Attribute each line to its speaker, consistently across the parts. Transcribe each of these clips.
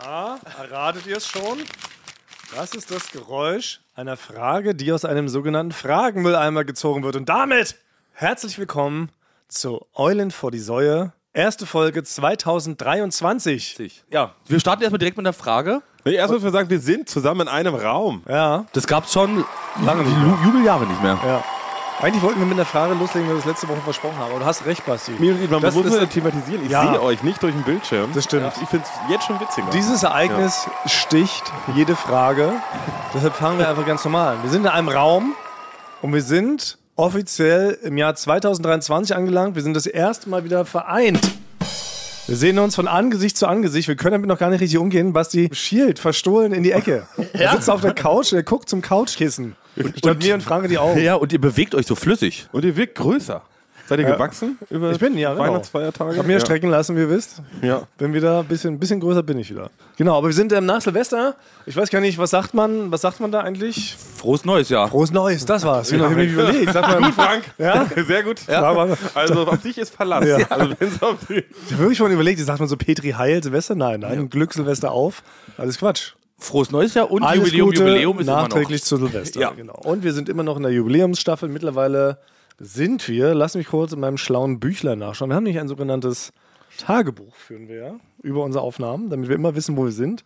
Speaker 1: Ja, erratet ihr es schon? Das ist das Geräusch einer Frage, die aus einem sogenannten Fragenmülleimer gezogen wird. Und damit herzlich willkommen zu Eulen vor die Säue, erste Folge 2023.
Speaker 2: Ja, wir starten erstmal direkt mit einer Frage.
Speaker 3: Nee, erst müssen wir sagen, wir sind zusammen in einem Raum.
Speaker 1: Ja,
Speaker 2: Das gab's schon lange, Ju- Jubeljahre nicht mehr.
Speaker 1: ja. Eigentlich wollten wir mit einer Frage loslegen, weil wir das letzte Woche versprochen haben. Aber du hast recht, Basti.
Speaker 3: Miri, man
Speaker 1: Das
Speaker 3: muss
Speaker 1: ist-
Speaker 3: das thematisieren. Ich
Speaker 1: Ja.
Speaker 3: sehe euch nicht durch den Bildschirm.
Speaker 1: Das stimmt.
Speaker 3: Ja. Ich finde es jetzt schon witziger.
Speaker 1: Dieses Ereignis sticht jede Frage. Deshalb fangen wir einfach ganz normal an. Wir sind in einem Raum und wir sind offiziell im Jahr 2023 angelangt. Wir sind das erste Mal wieder vereint. Wir sehen uns von Angesicht zu Angesicht. Wir können damit noch gar nicht richtig umgehen. Basti schielt verstohlen in die Ecke. Er sitzt auf der Couch, er guckt zum Couchkissen. Und mir und Franke die Augen.
Speaker 2: Ja, und ihr bewegt euch so flüssig.
Speaker 3: Und ihr wirkt größer. Seid ihr gewachsen über
Speaker 1: Ich bin, ja, genau.
Speaker 3: Weihnachtsfeiertage?
Speaker 1: Ich hab mir strecken lassen, wie ihr wisst.
Speaker 3: ja.
Speaker 1: Bin wieder ein bisschen, bisschen größer bin ich wieder. Genau, aber wir sind ähm, nach Silvester. Ich weiß gar nicht, was sagt man, was sagt man da eigentlich?
Speaker 2: Frohes neues Jahr.
Speaker 1: Frohes Neues, das war's. Genau, ich hab mir überlegt. Sag mal,
Speaker 3: Gut, Frank.
Speaker 1: Ja?
Speaker 3: Sehr gut.
Speaker 1: Ja, warte.
Speaker 3: Also auf dich ist Verlass.
Speaker 1: Ja.
Speaker 3: Also, wenn's auf dich-
Speaker 1: ich hab wirklich schon überlegt, sagt man so Petri Heil Silvester? Nein, nein, Glück Silvester auf. Alles Quatsch.
Speaker 2: Frohes neues Jahr und
Speaker 1: Alles
Speaker 2: Jubiläum,
Speaker 1: Gute
Speaker 2: Jubiläum ist
Speaker 1: nachträglich zu Silvester.
Speaker 2: Ja.
Speaker 1: Genau. Und wir sind immer noch in der Jubiläumsstaffel. Mittlerweile sind wir, lass mich kurz in meinem schlauen Büchlein nachschauen. Wir haben nämlich ein sogenanntes Tagebuch, führen wir ja, über unsere Aufnahmen, damit wir immer wissen, wo wir sind.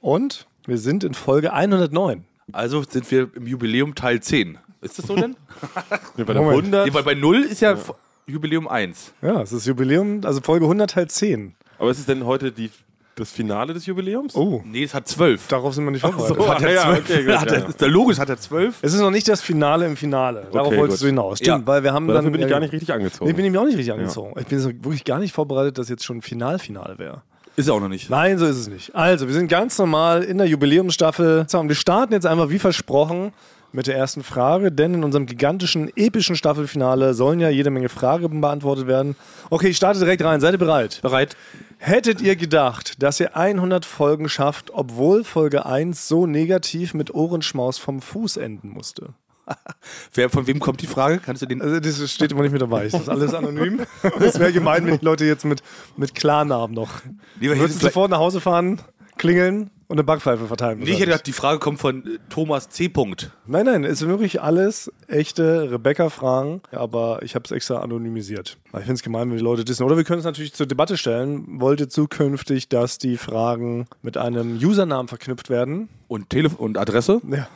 Speaker 1: Und wir sind in Folge 109.
Speaker 2: immer noch. Also sind wir im Jubiläum Teil 10. Ist das so denn?
Speaker 3: Wir bei der
Speaker 1: Moment.
Speaker 3: 100.
Speaker 2: nee, weil bei 0 ist ja, F- Jubiläum 1.
Speaker 1: Ja, es ist Jubiläum, also Folge 100 Teil 10.
Speaker 3: Aber ist es denn heute die, das Finale des Jubiläums?
Speaker 1: Oh,
Speaker 2: Nee, es hat 12.
Speaker 1: darauf sind wir nicht vorbereitet.
Speaker 3: so.
Speaker 2: hat er
Speaker 3: ja,
Speaker 2: 12.
Speaker 3: okay, gut,
Speaker 2: hat
Speaker 3: ja,
Speaker 2: er,
Speaker 3: ja.
Speaker 2: Ist ja logisch, hat er 12.
Speaker 1: Es ist noch nicht das Finale im Finale. Darauf
Speaker 3: Okay,
Speaker 1: wolltest
Speaker 3: gut.
Speaker 1: du hinaus. Stimmt,
Speaker 2: Ja.
Speaker 1: weil wir haben
Speaker 3: Weil dafür
Speaker 1: dann
Speaker 3: äh, bin ich
Speaker 1: ja,
Speaker 3: gar nicht richtig angezogen.
Speaker 1: Nee, bin ich mir auch nicht richtig angezogen. Ich bin so wirklich gar nicht vorbereitet, dass jetzt schon Final-Final wäre.
Speaker 2: Ist er auch noch nicht.
Speaker 1: Nein, so ist es nicht. Also, wir sind ganz normal in der Jubiläumsstaffel. So, und Wir starten jetzt einfach wie versprochen mit der ersten Frage, denn in unserem gigantischen, epischen Staffelfinale sollen ja jede Menge Fragen beantwortet werden. Okay, ich starte direkt rein. Seid ihr bereit?
Speaker 2: Bereit?
Speaker 1: Hättet ihr gedacht, dass ihr 100 Folgen schafft, obwohl Folge 1 so negativ mit Ohrenschmaus vom Fuß enden musste?
Speaker 2: Wer, von wem kommt die Frage? Kannst du den.
Speaker 1: Also das steht immer nicht mit dabei. Das ist alles anonym. Das wäre gemein, wenn die Leute jetzt mit, mit Klarnamen noch.
Speaker 2: Lieber
Speaker 1: Würdest du
Speaker 2: vielleicht-
Speaker 1: sofort nach Hause fahren, klingeln und eine Backpfeife verteilen?
Speaker 2: Nee, ich hätte gedacht, die Frage kommt von äh, Thomas C. Punkt.
Speaker 1: nein, nein, es sind wirklich alles echte Rebecca-Fragen, aber ich habe es extra anonymisiert. Ich finde es gemein, wenn die Leute dissen. Oder wir können es natürlich zur Debatte stellen. Wollt ihr zukünftig, dass die Fragen mit einem Usernamen verknüpft werden?
Speaker 2: Und, Telef und Adresse?
Speaker 1: Ja.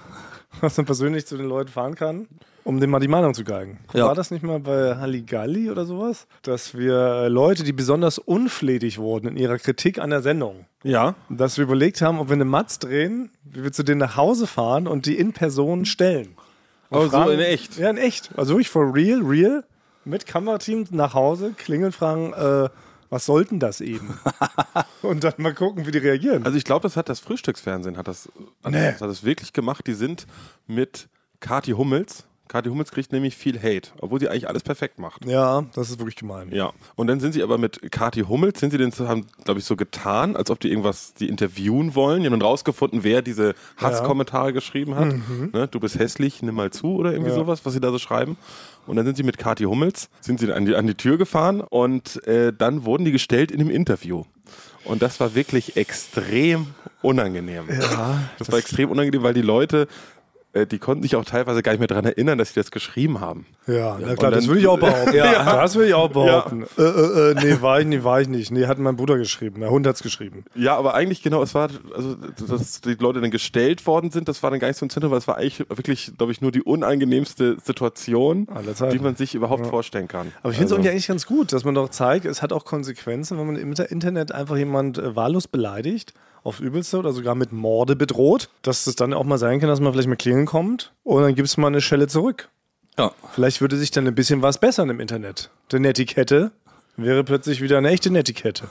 Speaker 1: Was man persönlich zu den Leuten fahren kann, um denen mal die Meinung zu geigen.
Speaker 2: Ja.
Speaker 1: War das nicht mal bei Halligalli oder sowas? Dass wir äh, Leute, die besonders unflätig wurden in ihrer Kritik an der Sendung,
Speaker 3: Ja.
Speaker 1: dass wir überlegt haben, ob wir eine Matz drehen, wie wir zu denen nach Hause fahren und die in Person stellen. Und
Speaker 3: Aber so Also in echt?
Speaker 1: Ja, in echt. Also wirklich for real, real, mit Kamerateam nach Hause, klingeln, fragen, äh, was sollten das eben? und dann mal gucken, wie die reagieren.
Speaker 3: Also ich glaube, das hat das Frühstücksfernsehen hat das, hat,
Speaker 1: Nee.
Speaker 3: das hat das wirklich gemacht. Die sind mit Kati Hummels. Kati Hummels kriegt nämlich viel Hate, obwohl sie eigentlich alles perfekt macht.
Speaker 1: ja, das ist wirklich gemein.
Speaker 3: Ja, und dann sind sie aber mit Kati Hummels, sind sie denn, so- haben, glaube ich, so getan, als ob die irgendwas, die interviewen wollen. Die haben dann rausgefunden, wer diese Hasskommentare geschrieben hat. Ne, du bist hässlich, nimm mal zu oder irgendwie sowas, was sie da so schreiben. Und dann sind sie mit Kati Hummels, sind sie an die, an die Tür gefahren und äh, dann wurden die gestellt in einem Interview. Und das war wirklich extrem unangenehm. das, war extrem unangenehm, weil die Leute, äh, die konnten sich auch teilweise gar nicht mehr daran erinnern, dass sie das geschrieben haben.
Speaker 1: Ja, na klar,
Speaker 3: und
Speaker 1: das
Speaker 3: dann-
Speaker 1: würde ich auch behaupten. ja. Das würde ich auch behaupten. Äh, äh, äh, nee, war ich nicht, war ich nicht. Nee, hat mein Bruder geschrieben. Der Hund hat's geschrieben.
Speaker 3: Ja, aber eigentlich genau, es war, also, dass die Leute dann gestellt worden sind, das war dann gar nicht so ein Zünder, weil es war eigentlich wirklich, glaube ich, nur die unangenehmste Situation,
Speaker 1: Aller Zeiten.
Speaker 3: die man sich überhaupt vorstellen kann. Also,
Speaker 1: Aber ich finde es irgendwie eigentlich ganz gut, dass man doch zeigt, es hat auch Konsequenzen, wenn man im Inter- Internet einfach jemand äh, wahllos beleidigt, aufs Übelste oder sogar mit Morde bedroht, dass es dann auch mal sein kann, dass man vielleicht mit Klingeln kommt und dann gibt es mal eine Schelle zurück.
Speaker 2: Ja.
Speaker 1: Vielleicht würde sich dann ein bisschen was bessern im Internet. Denn Netiquette wäre plötzlich wieder eine echte Netiquette.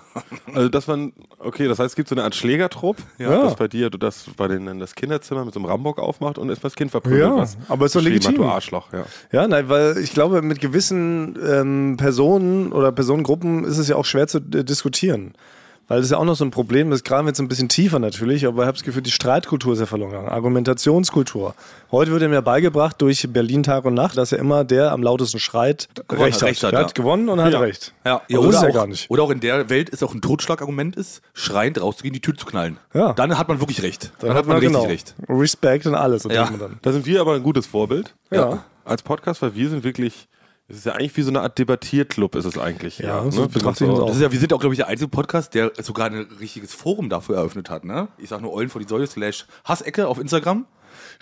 Speaker 3: Also, dass man, okay, das heißt, es gibt so eine Art Schlägertrupp,
Speaker 1: Ja.
Speaker 3: dass bei dir, du das bei denen dann das Kinderzimmer mit so einem Rambock aufmacht und erstmal das Kind verprügelt.
Speaker 1: Ja,
Speaker 3: was
Speaker 1: aber ist doch
Speaker 3: geschrieben
Speaker 1: legitim.
Speaker 3: Hat, du Arschloch, ja.
Speaker 1: Ja, nein, weil ich glaube, mit gewissen ähm, Personen oder Personengruppen ist es ja auch schwer zu äh, diskutieren. Weil das ist ja auch noch so ein Problem, das graben wir jetzt ein bisschen tiefer natürlich, aber ich habe das Gefühl, die Streitkultur ist ja verloren gegangen, Argumentationskultur. Heute wird ihm ja beigebracht durch Berlin Tag und Nacht, dass ja immer der am lautesten schreit,
Speaker 2: Gewonnen
Speaker 1: recht hat.
Speaker 2: hat, recht hat,
Speaker 1: der
Speaker 2: ja.
Speaker 1: hat gewonnen und hat
Speaker 3: Ja.
Speaker 1: recht.
Speaker 2: Ja,
Speaker 1: ja das ist ja gar nicht.
Speaker 2: Oder auch in der Welt ist auch ein Totschlagargument ist, schreiend rauszugehen, die Tür zu knallen.
Speaker 1: Ja.
Speaker 2: Dann hat man wirklich recht. Dann, hat man, richtig
Speaker 1: genau
Speaker 2: recht.
Speaker 1: Respekt und alles. Und
Speaker 2: Ja.
Speaker 1: dann- dann.
Speaker 3: Da sind wir aber ein gutes Vorbild.
Speaker 1: Ja.
Speaker 3: Als Podcast, weil wir sind wirklich, es ist ja eigentlich wie so eine Art Debattierclub, ist es eigentlich. ne?
Speaker 1: Ja, so betrachte ich uns auch.
Speaker 2: Das ist ja, wir sind auch, glaube ich, der einzige Podcast, der sogar ein richtiges Forum dafür eröffnet hat. Ne? Ich sag nur Eulen vor die Säule slash Hassecke auf Instagram.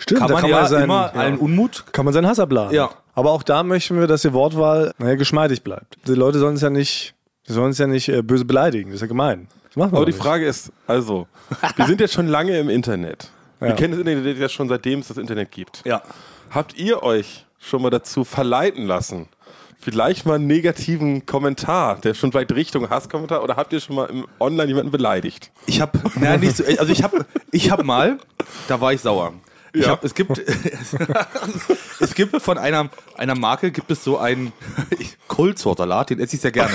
Speaker 1: Stimmt,
Speaker 2: Kann
Speaker 1: da
Speaker 2: man ja
Speaker 1: sein-
Speaker 2: immer
Speaker 1: ja.
Speaker 2: allen Unmut.
Speaker 1: kann man seinen Hass abladen.
Speaker 2: Ja.
Speaker 1: Aber auch da möchten wir, dass die Wortwahl naja, geschmeidig bleibt. Die Leute sollen es ja nicht, die sollen es ja nicht äh, böse beleidigen. Das ist ja gemein. Das machen wir
Speaker 3: Aber
Speaker 1: doch
Speaker 3: die
Speaker 1: nicht.
Speaker 3: Frage ist, also, wir sind jetzt schon lange im Internet.
Speaker 1: Ja.
Speaker 3: Wir kennen das Internet ja schon seitdem es das Internet gibt.
Speaker 2: Ja.
Speaker 3: Habt ihr euch schon mal dazu verleiten lassen? Vielleicht mal einen negativen Kommentar, der schon vielleicht Richtung Hasskommentar, oder habt ihr schon mal im Online jemanden beleidigt?
Speaker 2: Ich habe, na nicht so, also ich habe, ich habe mal, da war ich sauer. Ich
Speaker 3: Ja.
Speaker 2: hab, es gibt, es gibt von einer, einer Marke gibt es so einen Kohlsortsalat, den esse ich sehr gerne.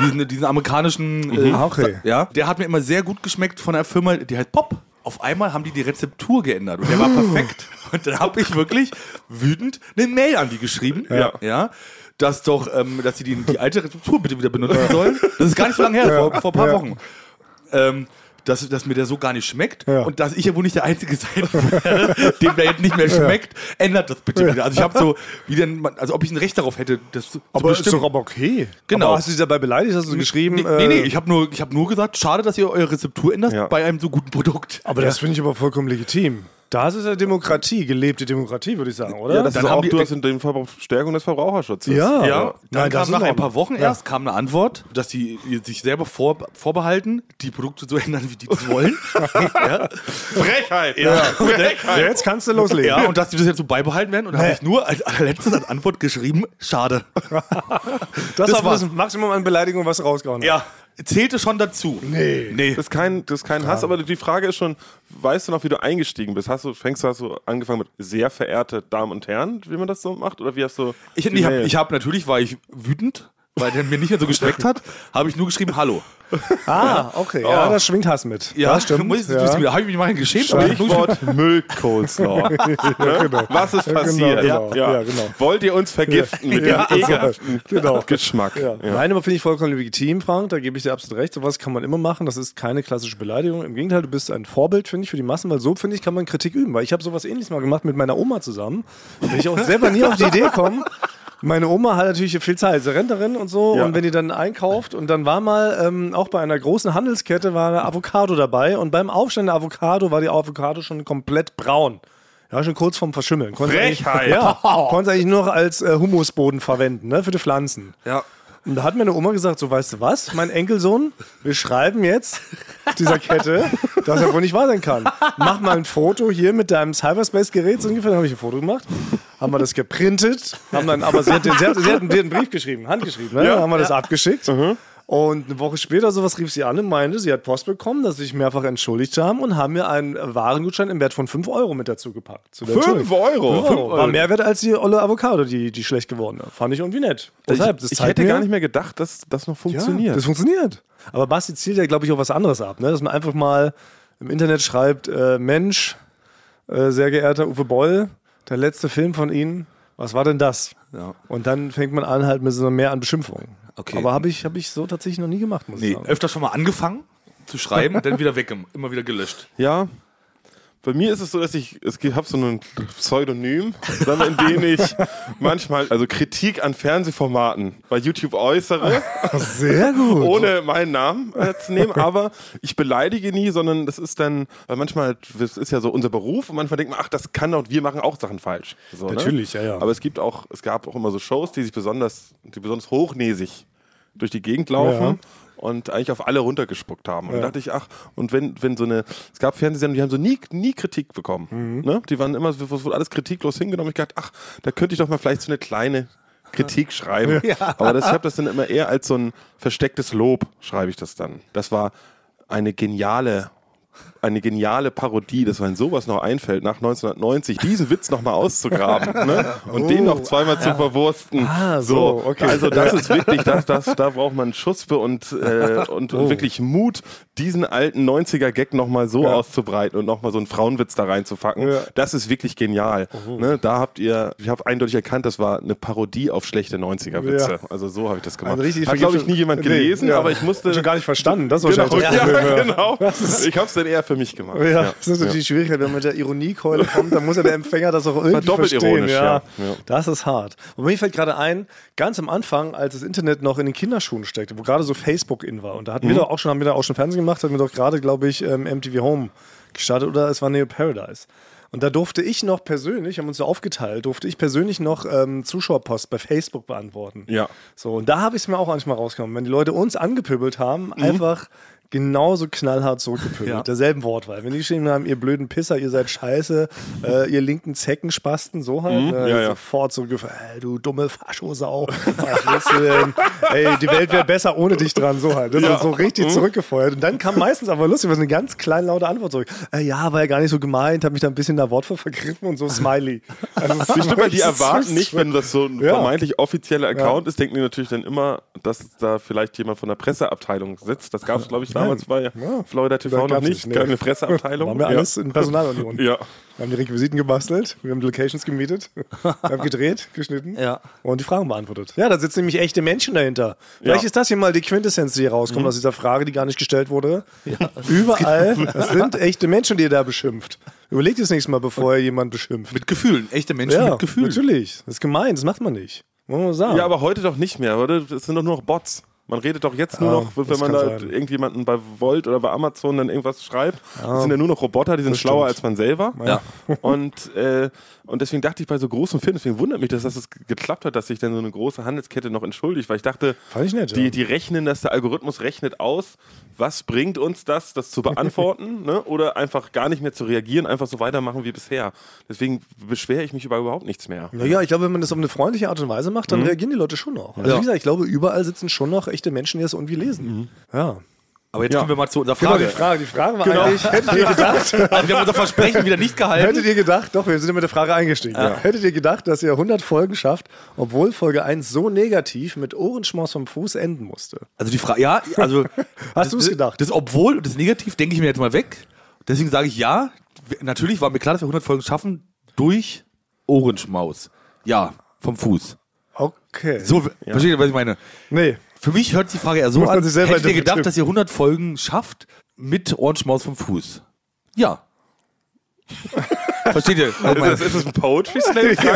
Speaker 2: diesen, diesen amerikanischen, äh,
Speaker 1: Ah, okay.
Speaker 2: ja, der hat mir immer sehr gut geschmeckt von einer Firma, die heißt Pop. Auf einmal haben die die Rezeptur geändert und der
Speaker 1: Ah.
Speaker 2: war perfekt. Und dann habe ich wirklich wütend eine Mail an die geschrieben, ja, dass doch, ähm, dass sie die, die alte Rezeptur bitte wieder benutzen sollen. Das ist gar nicht so lange her, vor, vor ein paar
Speaker 1: Ja.
Speaker 2: Wochen ähm, dass, dass mir der so gar nicht schmeckt
Speaker 1: Ja.
Speaker 2: und dass ich ja wohl nicht der Einzige sein werde, dem der jetzt nicht mehr schmeckt, ändert das bitte wieder. Also ich habe so, wie denn, man- also ob ich ein Recht darauf hätte, das zu
Speaker 1: Aber ist
Speaker 2: bestimmen.
Speaker 1: doch aber okay.
Speaker 2: Genau.
Speaker 1: Aber hast du dich dabei beleidigt? Hast du geschrieben?
Speaker 2: Nee, nee, nee
Speaker 1: äh,
Speaker 2: ich habe nur, ich hab nur gesagt, schade, dass ihr eure Rezeptur ändert
Speaker 3: Ja.
Speaker 2: bei einem so guten Produkt.
Speaker 1: aber das finde ich aber vollkommen legitim. Das ist ja Demokratie, gelebte Demokratie, würde ich sagen, oder?
Speaker 3: Ja, das
Speaker 2: dann
Speaker 3: ist
Speaker 2: haben
Speaker 3: auch
Speaker 2: die-
Speaker 3: durchaus in dem Fall Stärkung des Verbraucherschutzes.
Speaker 1: Ja.
Speaker 2: Ja, dann
Speaker 1: Nein, das
Speaker 2: kam
Speaker 1: ist
Speaker 2: nach
Speaker 1: in
Speaker 2: ein
Speaker 1: Ordnung.
Speaker 2: paar Wochen erst kam eine Antwort, dass die sich selber vor, vorbehalten, die Produkte so ändern, wie die das wollen. ja.
Speaker 3: Frechheit!
Speaker 2: Und dann-
Speaker 1: ja, jetzt kannst du loslegen.
Speaker 2: Ja, und dass die das jetzt so beibehalten werden. Und da habe
Speaker 1: Nee.
Speaker 2: ich nur als allerletztes als Antwort geschrieben, schade.
Speaker 1: das
Speaker 2: das
Speaker 1: war
Speaker 2: war's.
Speaker 1: das Maximum an Beleidigung, was rausgehauen hat.
Speaker 2: Ja, zählte schon dazu. Nee. Nee.
Speaker 3: Das ist kein, das ist kein Hass, aber die Frage ist schon, weißt du noch, wie du eingestiegen bist? Hast du, fängst du, hast du angefangen mit sehr verehrte Damen und Herren, wie man das so macht? Oder wie hast du.
Speaker 2: Ich,
Speaker 3: die
Speaker 2: ich habe
Speaker 3: Mail?
Speaker 2: ich hab, natürlich war ich wütend, weil der mir nicht mehr so geschmeckt hat, habe ich nur geschrieben, hallo.
Speaker 1: Ah, okay. Ja,
Speaker 2: Oh.
Speaker 1: das schwingt Hass mit. das stimmt.
Speaker 2: Muss ich,
Speaker 1: ja.
Speaker 2: Da habe ich mich mal geschämt. aber ich hab nur geschrieben,
Speaker 3: Stichwort Müllcoleslaw.
Speaker 1: genau.
Speaker 3: Was ist
Speaker 1: Ja, genau,
Speaker 3: passiert?
Speaker 1: genau. Ja, genau.
Speaker 3: Wollt ihr uns vergiften mit
Speaker 1: Ja,
Speaker 3: dem
Speaker 1: ja.
Speaker 3: ekelhaften
Speaker 1: Genau.
Speaker 3: Geschmack?
Speaker 1: Ja. Nein, aber finde ich vollkommen legitim, Frank. Da gebe ich dir absolut recht. Sowas kann man immer machen. Das ist keine klassische Beleidigung. Im Gegenteil, du bist ein Vorbild, finde ich, für die Massen, weil so, finde ich, kann man Kritik üben. Weil ich habe sowas ähnliches mal gemacht mit meiner Oma zusammen. Wenn ich auch selber nie auf die Idee komme. Meine Oma hat natürlich viel Zeit, sie ist Rentnerin und so.
Speaker 3: Ja.
Speaker 1: Und wenn die dann einkauft und dann war mal ähm, auch bei einer großen Handelskette war eine Avocado dabei und beim Aufstellen der Avocado war die Avocado schon komplett braun. Ja, schon kurz vorm Verschimmeln. Konntest
Speaker 3: Frechheit.
Speaker 1: eigentlich- Ja, konntest eigentlich nur noch als äh, Humusboden verwenden, ne, für die Pflanzen.
Speaker 2: Ja.
Speaker 1: Und da hat meine Oma gesagt, so weißt du was, mein Enkelsohn, wir schreiben jetzt dieser Kette, dass er wohl nicht wahr sein kann. Mach mal ein Foto hier mit deinem Cyberspace-Gerät, so ungefähr, dann habe ich ein Foto gemacht, haben wir das geprintet, haben dann, aber sie hat, den, sie hat, sie hat einen sie hat einen Brief geschrieben, handgeschrieben, ne? dann haben wir das abgeschickt. Und eine Woche später sowas rief sie an und meinte, sie hat Post bekommen, dass sie sich mehrfach entschuldigt haben und haben mir einen Warengutschein im Wert von 5 Euro mit dazu gepackt. Zu der
Speaker 3: Fünf
Speaker 1: Entschuldigung.
Speaker 3: Euro?
Speaker 1: Fünf
Speaker 3: Fünf
Speaker 1: Euro. War
Speaker 3: Euro.
Speaker 1: mehr wert als die olle Avocado, die, die schlecht geworden ist. Fand ich irgendwie nett. Deshalb, das
Speaker 3: Also ich
Speaker 1: zeigt
Speaker 3: hätte
Speaker 1: mir,
Speaker 3: gar nicht mehr gedacht, dass das noch funktioniert.
Speaker 1: ja, das funktioniert. Aber Basti zielt ja, glaube ich, auch was anderes ab. Ne? Dass man einfach mal im Internet schreibt, äh, Mensch, äh, sehr geehrter Uwe Boll, der letzte Film von Ihnen, was war denn das?
Speaker 2: Ja.
Speaker 1: Und dann fängt man an halt mit so mehr an Beschimpfungen.
Speaker 2: Okay.
Speaker 1: Aber habe ich, hab ich so tatsächlich noch nie gemacht, muss ich
Speaker 2: Nee,
Speaker 1: sagen.
Speaker 2: öfter schon mal angefangen zu schreiben, dann wieder weg, immer wieder gelöscht.
Speaker 3: Ja. Bei mir ist es so, dass ich, es habe so ein Pseudonym, sagen wir, in dem ich manchmal also Kritik an Fernsehformaten bei YouTube äußere,
Speaker 1: Sehr gut.
Speaker 3: ohne meinen Namen äh, zu nehmen, aber ich beleidige nie, sondern das ist dann, weil manchmal, das ist ja so unser Beruf und manchmal denkt man, ach, das kann doch, wir machen auch Sachen falsch. So, ne?
Speaker 1: Natürlich, ja, ja.
Speaker 3: Aber es gibt auch, es gab auch immer so Shows, die sich besonders, die besonders hochnäsig durch die Gegend laufen.
Speaker 1: Ja.
Speaker 3: Und eigentlich auf alle runtergespuckt haben. Und
Speaker 1: Ja.
Speaker 3: da dachte ich, ach, und wenn, wenn so eine, es gab Fernsehsendungen, die haben so nie, nie Kritik bekommen.
Speaker 1: Mhm.
Speaker 3: Ne? Die waren immer, es wurde alles kritiklos hingenommen. Ich dachte, ach, da könnte ich doch mal vielleicht so eine kleine Kritik schreiben. Aber das, ich habe das dann immer eher als so ein verstecktes Lob, schreibe ich das dann. Das war eine geniale eine geniale Parodie, dass wenn sowas noch einfällt, nach 1990 diesen Witz nochmal auszugraben ne? und den noch zweimal zu verwursten.
Speaker 1: Oh. Ah, so, okay.
Speaker 3: Also das ist wirklich, das, das, da braucht man Schuspe und, äh, und
Speaker 1: Oh.
Speaker 3: wirklich Mut, diesen alten 90er-Gag nochmal so auszubreiten und nochmal so einen Frauenwitz da reinzufacken.
Speaker 1: Ja. Oh.
Speaker 3: Das ist wirklich genial. Ne? Da habt ihr, ich habe eindeutig erkannt, das war eine Parodie auf schlechte 90er-Witze.
Speaker 1: Ja.
Speaker 3: Also so habe ich das gemacht.
Speaker 1: Also richtig
Speaker 3: Hat, glaube ich,
Speaker 1: vergiftet-
Speaker 3: nie jemand
Speaker 1: Nee,
Speaker 3: gelesen,
Speaker 1: ja.
Speaker 3: aber ich musste... Genau,
Speaker 1: Schon gar nicht verstanden, das ist wahrscheinlich das
Speaker 3: ja,
Speaker 1: Problem. ja.
Speaker 3: genau. Ich habe es dann eher für mich gemacht.
Speaker 1: Ja, das ist natürlich die Schwierigkeit, wenn man mit der Ironiekeule kommt, dann muss ja der Empfänger das auch irgendwie
Speaker 3: doppelt
Speaker 1: verstehen.
Speaker 3: ironisch,
Speaker 1: ja.
Speaker 3: ja. Ja.
Speaker 1: Das ist hart. Und mir fällt gerade ein, ganz am Anfang, als das Internet noch in den Kinderschuhen steckte, wo gerade so Facebook in war, und da hatten
Speaker 3: Mhm.
Speaker 1: wir doch auch schon, haben wir da auch schon Fernsehen gemacht, hatten wir doch gerade, glaube ich, ähm, MTV Home gestartet oder es war Neo Paradise. Und da durfte ich noch persönlich, haben uns so aufgeteilt, durfte ich persönlich noch ähm, Zuschauerpost bei Facebook beantworten.
Speaker 3: Ja.
Speaker 1: So, und da habe ich es mir auch manchmal rausgenommen. Wenn die Leute uns angepöbelt haben,
Speaker 3: Mhm.
Speaker 1: einfach genauso knallhart zurückgepöbelt.
Speaker 2: Ja.
Speaker 1: Derselben Wortwahl. Wenn die geschrieben haben, ihr blöden Pisser, ihr seid scheiße, äh, ihr linken Zeckenspasten, so halt, ne,
Speaker 3: ja, ja.
Speaker 1: sofort zurückgefallen, ey, du dumme Faschosau, was willst du denn? Ey, die Welt wäre besser ohne dich dran, so halt. Das ist so richtig
Speaker 3: Mhm.
Speaker 1: zurückgefeuert. Und dann kam meistens aber lustig, was eine ganz kleine, laute Antwort zurück. Äh, ja, war ja gar nicht so gemeint, habe mich da ein bisschen in der Wortwahl vergriffen und so Smiley. Also, es ist
Speaker 3: Die Stimmt, die
Speaker 1: wirklich
Speaker 3: erwarten
Speaker 1: süß.
Speaker 3: nicht, wenn das so ein
Speaker 1: Ja.
Speaker 3: vermeintlich offizieller Account ist, denken die natürlich dann immer, dass da vielleicht jemand von der Presseabteilung sitzt. Das gab es, glaube ich, damals bei Florida
Speaker 1: Da
Speaker 3: TV noch
Speaker 1: gab's nicht,
Speaker 3: nicht.
Speaker 1: nee.
Speaker 3: Keine
Speaker 1: Waren
Speaker 3: Presseabteilung.
Speaker 1: wir alles in Personalunion.
Speaker 3: ja.
Speaker 1: Wir haben die Requisiten gebastelt, wir haben die Locations gemietet, wir haben gedreht, geschnitten
Speaker 2: Ja.
Speaker 1: und die Fragen beantwortet. Ja, da sitzen nämlich echte Menschen dahinter. Vielleicht
Speaker 3: Ja.
Speaker 1: ist das hier mal die Quintessenz, die hier rauskommt aus dieser Frage, die gar nicht gestellt wurde. Überall es sind echte Menschen, die ihr da beschimpft. Überlegt es nächstes Mal, bevor ihr jemanden beschimpft.
Speaker 2: Mit Gefühlen, echte Menschen
Speaker 1: ja,
Speaker 2: mit Gefühlen.
Speaker 1: natürlich. Das ist gemein, das macht man nicht. Muss man sagen.
Speaker 3: ja, aber heute doch nicht mehr. Heute das sind doch nur noch Bots. Man redet doch jetzt nur
Speaker 1: Ja,
Speaker 3: noch, wenn
Speaker 1: Ah, das
Speaker 3: man
Speaker 1: kann
Speaker 3: da
Speaker 1: sein.
Speaker 3: irgendjemanden bei Volt oder bei Amazon dann irgendwas schreibt, das sind ja nur noch Roboter, die sind schlauer
Speaker 1: Ah. stimmt.
Speaker 3: als man selber.
Speaker 2: Ja.
Speaker 3: Und, äh, und deswegen dachte ich bei so großen Firmen, deswegen wundert mich, dass das jetzt geklappt hat, dass sich dann so eine große Handelskette noch entschuldigt, weil ich dachte,
Speaker 1: Fand ich nett, ja.
Speaker 3: die, die rechnen, dass der Algorithmus rechnet aus, was bringt uns das, das zu beantworten ne? oder einfach gar nicht mehr zu reagieren, einfach so weitermachen wie bisher. Deswegen beschwere ich mich über überhaupt nichts mehr.
Speaker 1: Naja, ich glaube, wenn man das auf eine freundliche Art und Weise macht, dann reagieren die Leute schon noch. Also wie gesagt, ich glaube, überall sitzen schon noch echte Menschen, die das irgendwie lesen. Ja.
Speaker 2: Aber jetzt
Speaker 3: Ja.
Speaker 2: kommen wir mal zu unserer
Speaker 1: Mhm. Genau, die
Speaker 2: Frage.
Speaker 1: Frage, Genau. die Frage war eigentlich, hättet ihr gedacht,
Speaker 2: wir haben unser Versprechen wieder nicht gehalten.
Speaker 1: Hättet ihr gedacht, doch, wir sind ja mit der Frage eingestiegen. Ja. Hättet ihr gedacht, dass ihr 100 Folgen schafft, obwohl Folge 1 so negativ mit Ohrenschmaus vom Fuß enden musste?
Speaker 2: Also die Frage, ja, also. das-
Speaker 1: du's gedacht?
Speaker 2: Das, obwohl, und das Negativ denke ich mir jetzt mal weg. Deswegen sage ich ja. W- Natürlich war mir klar, dass wir 100 Folgen schaffen durch Ohrenschmaus. Ja, vom Fuß.
Speaker 1: Okay.
Speaker 2: So, versteht ihr, was ich meine?
Speaker 1: Nee.
Speaker 2: Für mich hört die Frage ja so
Speaker 1: Muss man
Speaker 2: an.
Speaker 1: sich selber
Speaker 2: Hättet ihr gedacht,
Speaker 1: interpretieren.
Speaker 2: dass ihr 100 Folgen schafft mit Ohrenschmaus vom Fuß? Ja. versteht ihr?
Speaker 1: Oh
Speaker 2: was ich meine?
Speaker 3: Ist das, ist das ein Poetry Slam?
Speaker 1: Ja,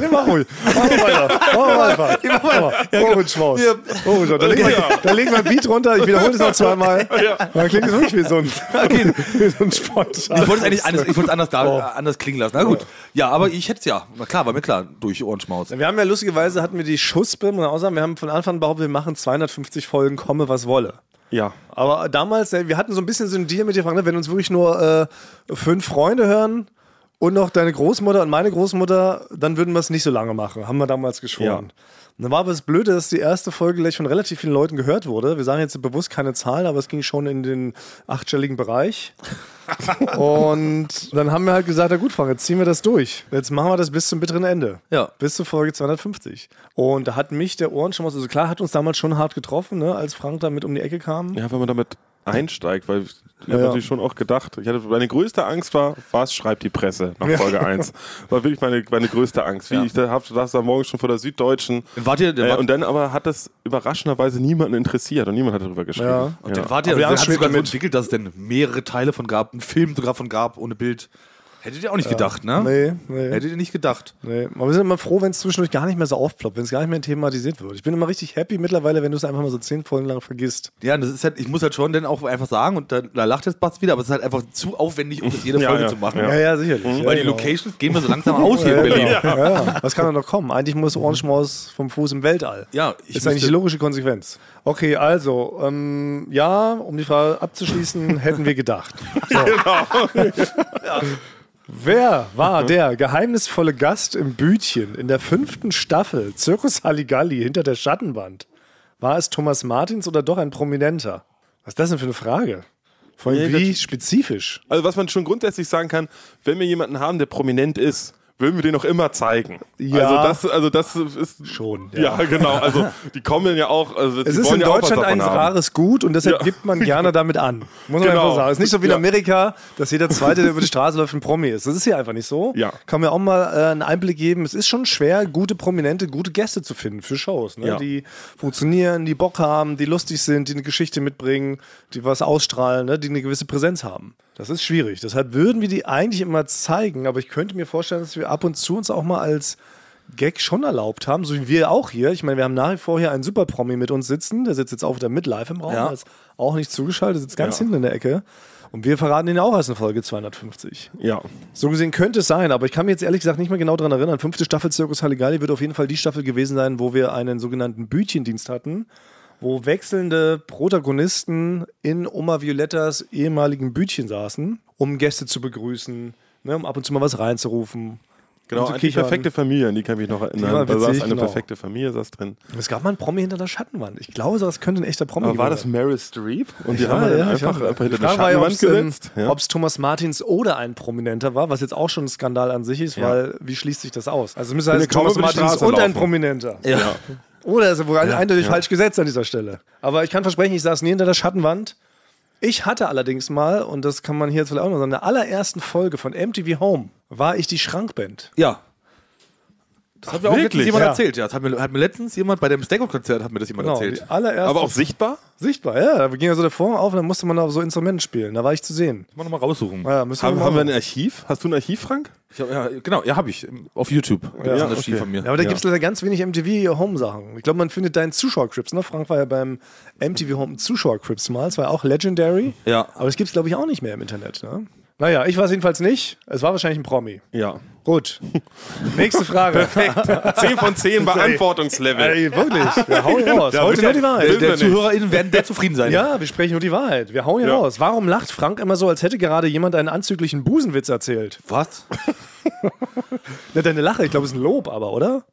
Speaker 1: nee, mach ruhig. Mach mal weiter. Mach mal weiter. Mach mal. Ohrenschmaus. Ohrenschmaus. Da legen wir- Da legen wir ein Beat runter, ich wiederhole es noch zweimal. Dann klingt es wirklich wie so ein, wie so ein Sport.
Speaker 2: Ich wollte es eigentlich anders, ich wollte es anders, da,
Speaker 1: Oh.
Speaker 2: anders klingen lassen. Na gut. Ja, aber ich hätte es ja. Na klar, war mir klar. Durch Ohrenschmaus.
Speaker 1: Wir haben ja lustigerweise, hatten wir die Schuspe, muss man auch sagen, wir haben von Anfang an behauptet, wir machen 250 Folgen, komme was wolle.
Speaker 3: Ja.
Speaker 1: Aber damals, ey, wir hatten so ein bisschen so einen Deal mit dir, Frank, ne? wenn uns wirklich nur äh, fünf Freunde hören und noch deine Großmutter und meine Großmutter, dann würden wir es nicht so lange machen, haben wir damals geschworen.
Speaker 3: Ja.
Speaker 1: Und dann war aber das Blöde, dass die erste Folge gleich von relativ vielen Leuten gehört wurde. Wir sagen jetzt bewusst keine Zahlen, aber es ging schon in den achtstelligen Bereich. und dann haben wir halt gesagt, na gut, Frank, jetzt ziehen wir das durch. Jetzt machen wir das bis zum bitteren Ende.
Speaker 2: Ja.
Speaker 1: Bis zur Folge 250. Und da hat mich der Ohrenschmaus, also klar, hat uns damals schon hart getroffen, ne, als Frank damit um die Ecke kam.
Speaker 3: Ja, wenn man damit einsteigt, weil ich habe
Speaker 1: ja.
Speaker 3: natürlich schon auch gedacht, ich hatte, meine größte Angst war, was schreibt die Presse nach Folge 1? War wirklich meine, meine größte Angst. Wie ich da hab, saß da morgens schon vor der Süddeutschen.
Speaker 2: Wart ihr,
Speaker 3: Äh,
Speaker 2: wart,
Speaker 3: und dann aber hat das überraschenderweise niemanden interessiert und niemand hat darüber geschrieben.
Speaker 1: Ja.
Speaker 2: und dann wart ihr,
Speaker 1: Aber wir
Speaker 2: dann
Speaker 1: haben
Speaker 2: hat
Speaker 1: schon
Speaker 2: sich sogar so
Speaker 1: mit-
Speaker 2: entwickelt, dass es denn mehrere Teile von gab, einen Film sogar von gab, ohne Bild. Hättet ihr auch nicht gedacht, ne?
Speaker 1: Nee, nee.
Speaker 2: Hättet ihr nicht gedacht.
Speaker 1: Nee, aber wir sind immer froh, wenn es zwischendurch gar nicht mehr so aufploppt, wenn es gar nicht mehr thematisiert wird. Ich bin immer richtig happy mittlerweile, wenn du es einfach mal so zehn Folgen lang vergisst.
Speaker 2: Ja, das ist halt, ich muss halt schon dann auch einfach sagen, und da, da lacht jetzt Bast wieder, aber es ist halt einfach zu aufwendig, um das jede
Speaker 3: Ja,
Speaker 2: Folge
Speaker 3: ja,
Speaker 2: zu machen.
Speaker 1: Ja, ja, sicherlich. Ja,
Speaker 2: Mhm. Weil die
Speaker 1: genau.
Speaker 2: Locations gehen wir so langsam aus hier
Speaker 1: Ja,
Speaker 2: in
Speaker 1: genau.
Speaker 2: Berlin.
Speaker 1: Ja, ja. Was kann da noch kommen? Eigentlich muss Orange Maus vom Fuß im Weltall.
Speaker 2: Ja, ich
Speaker 1: ist eigentlich
Speaker 2: müsste-
Speaker 1: die logische Konsequenz. Okay, also, ähm, ja, um die Frage abzuschließen, hätten wir gedacht. So.
Speaker 3: Genau.
Speaker 1: Wer
Speaker 3: Mhm.
Speaker 1: war der geheimnisvolle Gast im Bütchen in der fünften Staffel Zirkus Halligalli hinter der Schattenwand? War es Thomas Martins oder doch ein Prominenter? Was ist das denn für eine Frage? Vor allem
Speaker 3: Ja,
Speaker 1: wie
Speaker 3: das-
Speaker 1: spezifisch.
Speaker 3: Also was man schon grundsätzlich sagen kann, wenn wir jemanden haben, der prominent ist, würden wir den auch immer zeigen.
Speaker 1: Ja.
Speaker 3: Also das, also das ist
Speaker 1: Schon, ja.
Speaker 3: Ja, genau. Also die kommen ja auch. Also
Speaker 1: Es ist in
Speaker 3: ja auch was
Speaker 1: Deutschland ein
Speaker 3: davon haben.
Speaker 1: rares Gut und deshalb
Speaker 3: Ja.
Speaker 1: gibt man gerne damit an. Muss man
Speaker 3: Genau.
Speaker 1: einfach sagen. Es ist nicht so wie in
Speaker 3: Ja.
Speaker 1: Amerika, dass jeder Zweite, der über die Straße läuft, ein Promi ist. Das ist hier einfach nicht so.
Speaker 3: Ja.
Speaker 1: Kann mir auch mal äh, einen Einblick geben. Es ist schon schwer, gute Prominente, gute Gäste zu finden für Shows. Ne?
Speaker 3: Ja.
Speaker 1: Die funktionieren, die Bock haben, die lustig sind, die eine Geschichte mitbringen, die was ausstrahlen, ne? die eine gewisse Präsenz haben. Das ist schwierig. Deshalb würden wir die eigentlich immer zeigen, aber ich könnte mir vorstellen, dass wir ab und zu uns auch mal als Gag schon erlaubt haben, so wie wir auch hier. Ich meine, wir haben nach wie vor hier einen super Promi mit uns sitzen. Der sitzt jetzt auch wieder mit live im Raum.
Speaker 2: Ja.
Speaker 1: Der ist auch nicht zugeschaltet, sitzt ganz
Speaker 3: Ja.
Speaker 1: hinten in der Ecke. Und wir verraten ihn auch erst in Folge 250.
Speaker 3: Ja.
Speaker 1: So gesehen könnte es sein, aber ich kann mir jetzt ehrlich gesagt nicht mehr genau daran erinnern. Fünfte Staffel Zirkus Halligalli wird auf jeden Fall die Staffel gewesen sein, wo wir einen sogenannten Bütchendienst hatten, wo wechselnde Protagonisten in Oma Violettas ehemaligen Bütchen saßen, um Gäste zu begrüßen, ne, um ab und zu mal was reinzurufen.
Speaker 3: Genau,
Speaker 1: um zu
Speaker 3: die
Speaker 1: kichern.
Speaker 3: perfekte Familie, an die kann ich mich noch erinnern.
Speaker 1: waren
Speaker 3: Da saß
Speaker 1: witzig,
Speaker 3: eine
Speaker 1: genau.
Speaker 3: perfekte Familie, saß drin.
Speaker 1: Es gab mal einen Promi hinter der Schattenwand. Ich glaube, das könnte ein echter Promi
Speaker 3: Aber war
Speaker 1: gewesen sein.
Speaker 3: das Meryl Streep? Und die haben wir dann einfach, einfach hinter eine
Speaker 1: Frage war ja,
Speaker 3: Schattenwand
Speaker 1: ob's, ähm,
Speaker 3: gesetzt. Ja.
Speaker 1: Ob es Thomas Martins oder ein Prominenter war, was jetzt auch schon ein Skandal an sich ist, weil wie schließt sich das aus? Also es müsste heißen,
Speaker 3: kaum
Speaker 1: Thomas
Speaker 3: über die
Speaker 1: Martins
Speaker 3: Straße
Speaker 1: und ein
Speaker 3: laufen.
Speaker 1: Prominenter. Oder ist er wohl eindeutig falsch gesetzt an dieser Stelle. Aber ich kann versprechen, ich saß nie hinter der Schattenwand. Ich hatte allerdings mal, und das kann man hier jetzt vielleicht auch noch sagen, in der allerersten Folge von MTV Home war ich die Schrankband.
Speaker 2: Ja. Das hat mir auch letztens
Speaker 3: wirklich?
Speaker 2: jemand
Speaker 1: Ja.
Speaker 2: erzählt. Ja, das hat mir, hat mir letztens jemand bei dem Stackout-Konzert hat mir das jemand
Speaker 1: Genau, die
Speaker 2: erzählt.
Speaker 1: allererste.
Speaker 3: Aber auch sichtbar?
Speaker 1: sichtbar, ja. Da ging ja so der Vorhang auf und dann musste man auf so Instrumenten spielen. Da war ich zu sehen.
Speaker 2: Mal nochmal raussuchen.
Speaker 1: Ja, müssen
Speaker 3: Haben,
Speaker 1: mal
Speaker 3: haben wir
Speaker 1: machen.
Speaker 3: ein Archiv? Hast du ein Archiv, Frank?
Speaker 2: Ich hab, ja, genau, ja, habe ich. Auf YouTube. Ja,
Speaker 3: Ja,
Speaker 2: das
Speaker 3: okay.
Speaker 2: okay. von mir.
Speaker 1: Ja, aber da
Speaker 3: Ja.
Speaker 1: gibt's leider ganz wenig MTV-Home-Sachen. Ich glaube, man findet deinen Zuschauercrips. Ne? Frank war ja beim MTV-Home Zuschauercrips mal. Es war ja auch legendary.
Speaker 2: Ja.
Speaker 1: Aber das gibt's glaube ich, auch nicht mehr im Internet. Ne? Naja, ich war jedenfalls nicht. Es war wahrscheinlich ein Promi.
Speaker 3: Ja.
Speaker 1: Gut. Nächste Frage.
Speaker 3: Perfekt. 10 von 10 Beantwortungslevel.
Speaker 1: Ey, wirklich. Wir hauen raus. Heute nur die
Speaker 2: der,
Speaker 1: Wahrheit.
Speaker 2: der
Speaker 3: wir nicht.
Speaker 2: ZuhörerInnen werden sehr zufrieden sein.
Speaker 1: Ja, wir sprechen nur die Wahrheit. Wir hauen hier
Speaker 3: Ja.
Speaker 1: raus. Warum lacht Frank immer so, als hätte gerade jemand einen anzüglichen Busenwitz erzählt?
Speaker 2: Was?
Speaker 1: Na, deine Lache, ich glaube, ist ein Lob, aber, oder?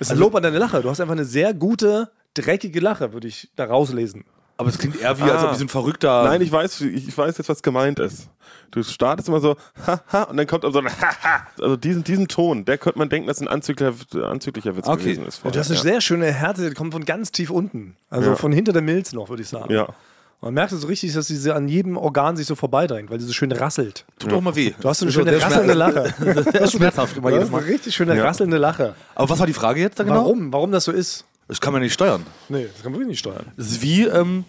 Speaker 1: Ist
Speaker 3: Also
Speaker 1: ein Lob an deine Lache. Du hast einfach eine sehr gute, dreckige Lache, würde ich da rauslesen.
Speaker 2: Aber es klingt eher wie, als
Speaker 3: Ah.
Speaker 2: ob ich so ein verrückter.
Speaker 3: Nein, ich weiß, ich weiß jetzt, was gemeint ist. Du startest immer so, haha, und dann kommt aber so ein haha. Also diesen, diesen Ton, der könnte man denken, dass ein anzüglicher, anzüglicher Witz
Speaker 2: Okay.
Speaker 3: gewesen ist.
Speaker 1: Du hast eine
Speaker 3: vorher.
Speaker 1: sehr schöne Härte, die kommt von ganz tief unten. Also
Speaker 3: Ja.
Speaker 1: von hinter der Milz noch, würde ich sagen.
Speaker 3: ja. ja.
Speaker 1: Man merkt es so richtig, dass diese an jedem Organ sich so vorbeidrängt, weil die so schön rasselt.
Speaker 2: Tut doch mal weh.
Speaker 1: Du hast so eine
Speaker 2: Ist doch
Speaker 1: schöne
Speaker 2: sehr
Speaker 1: rasselnde
Speaker 2: schmerz-
Speaker 1: Lache.
Speaker 2: Das ist schmerzhaft immer
Speaker 1: Du
Speaker 2: jedes
Speaker 1: hast eine
Speaker 2: Mal.
Speaker 1: richtig schöne rasselnde Lache.
Speaker 2: Aber was war die Frage jetzt da genau?
Speaker 1: Warum? Warum das so ist?
Speaker 2: Das kann man nicht steuern.
Speaker 1: Nee, das kann man wirklich nicht steuern.
Speaker 2: Das ist wie ähm,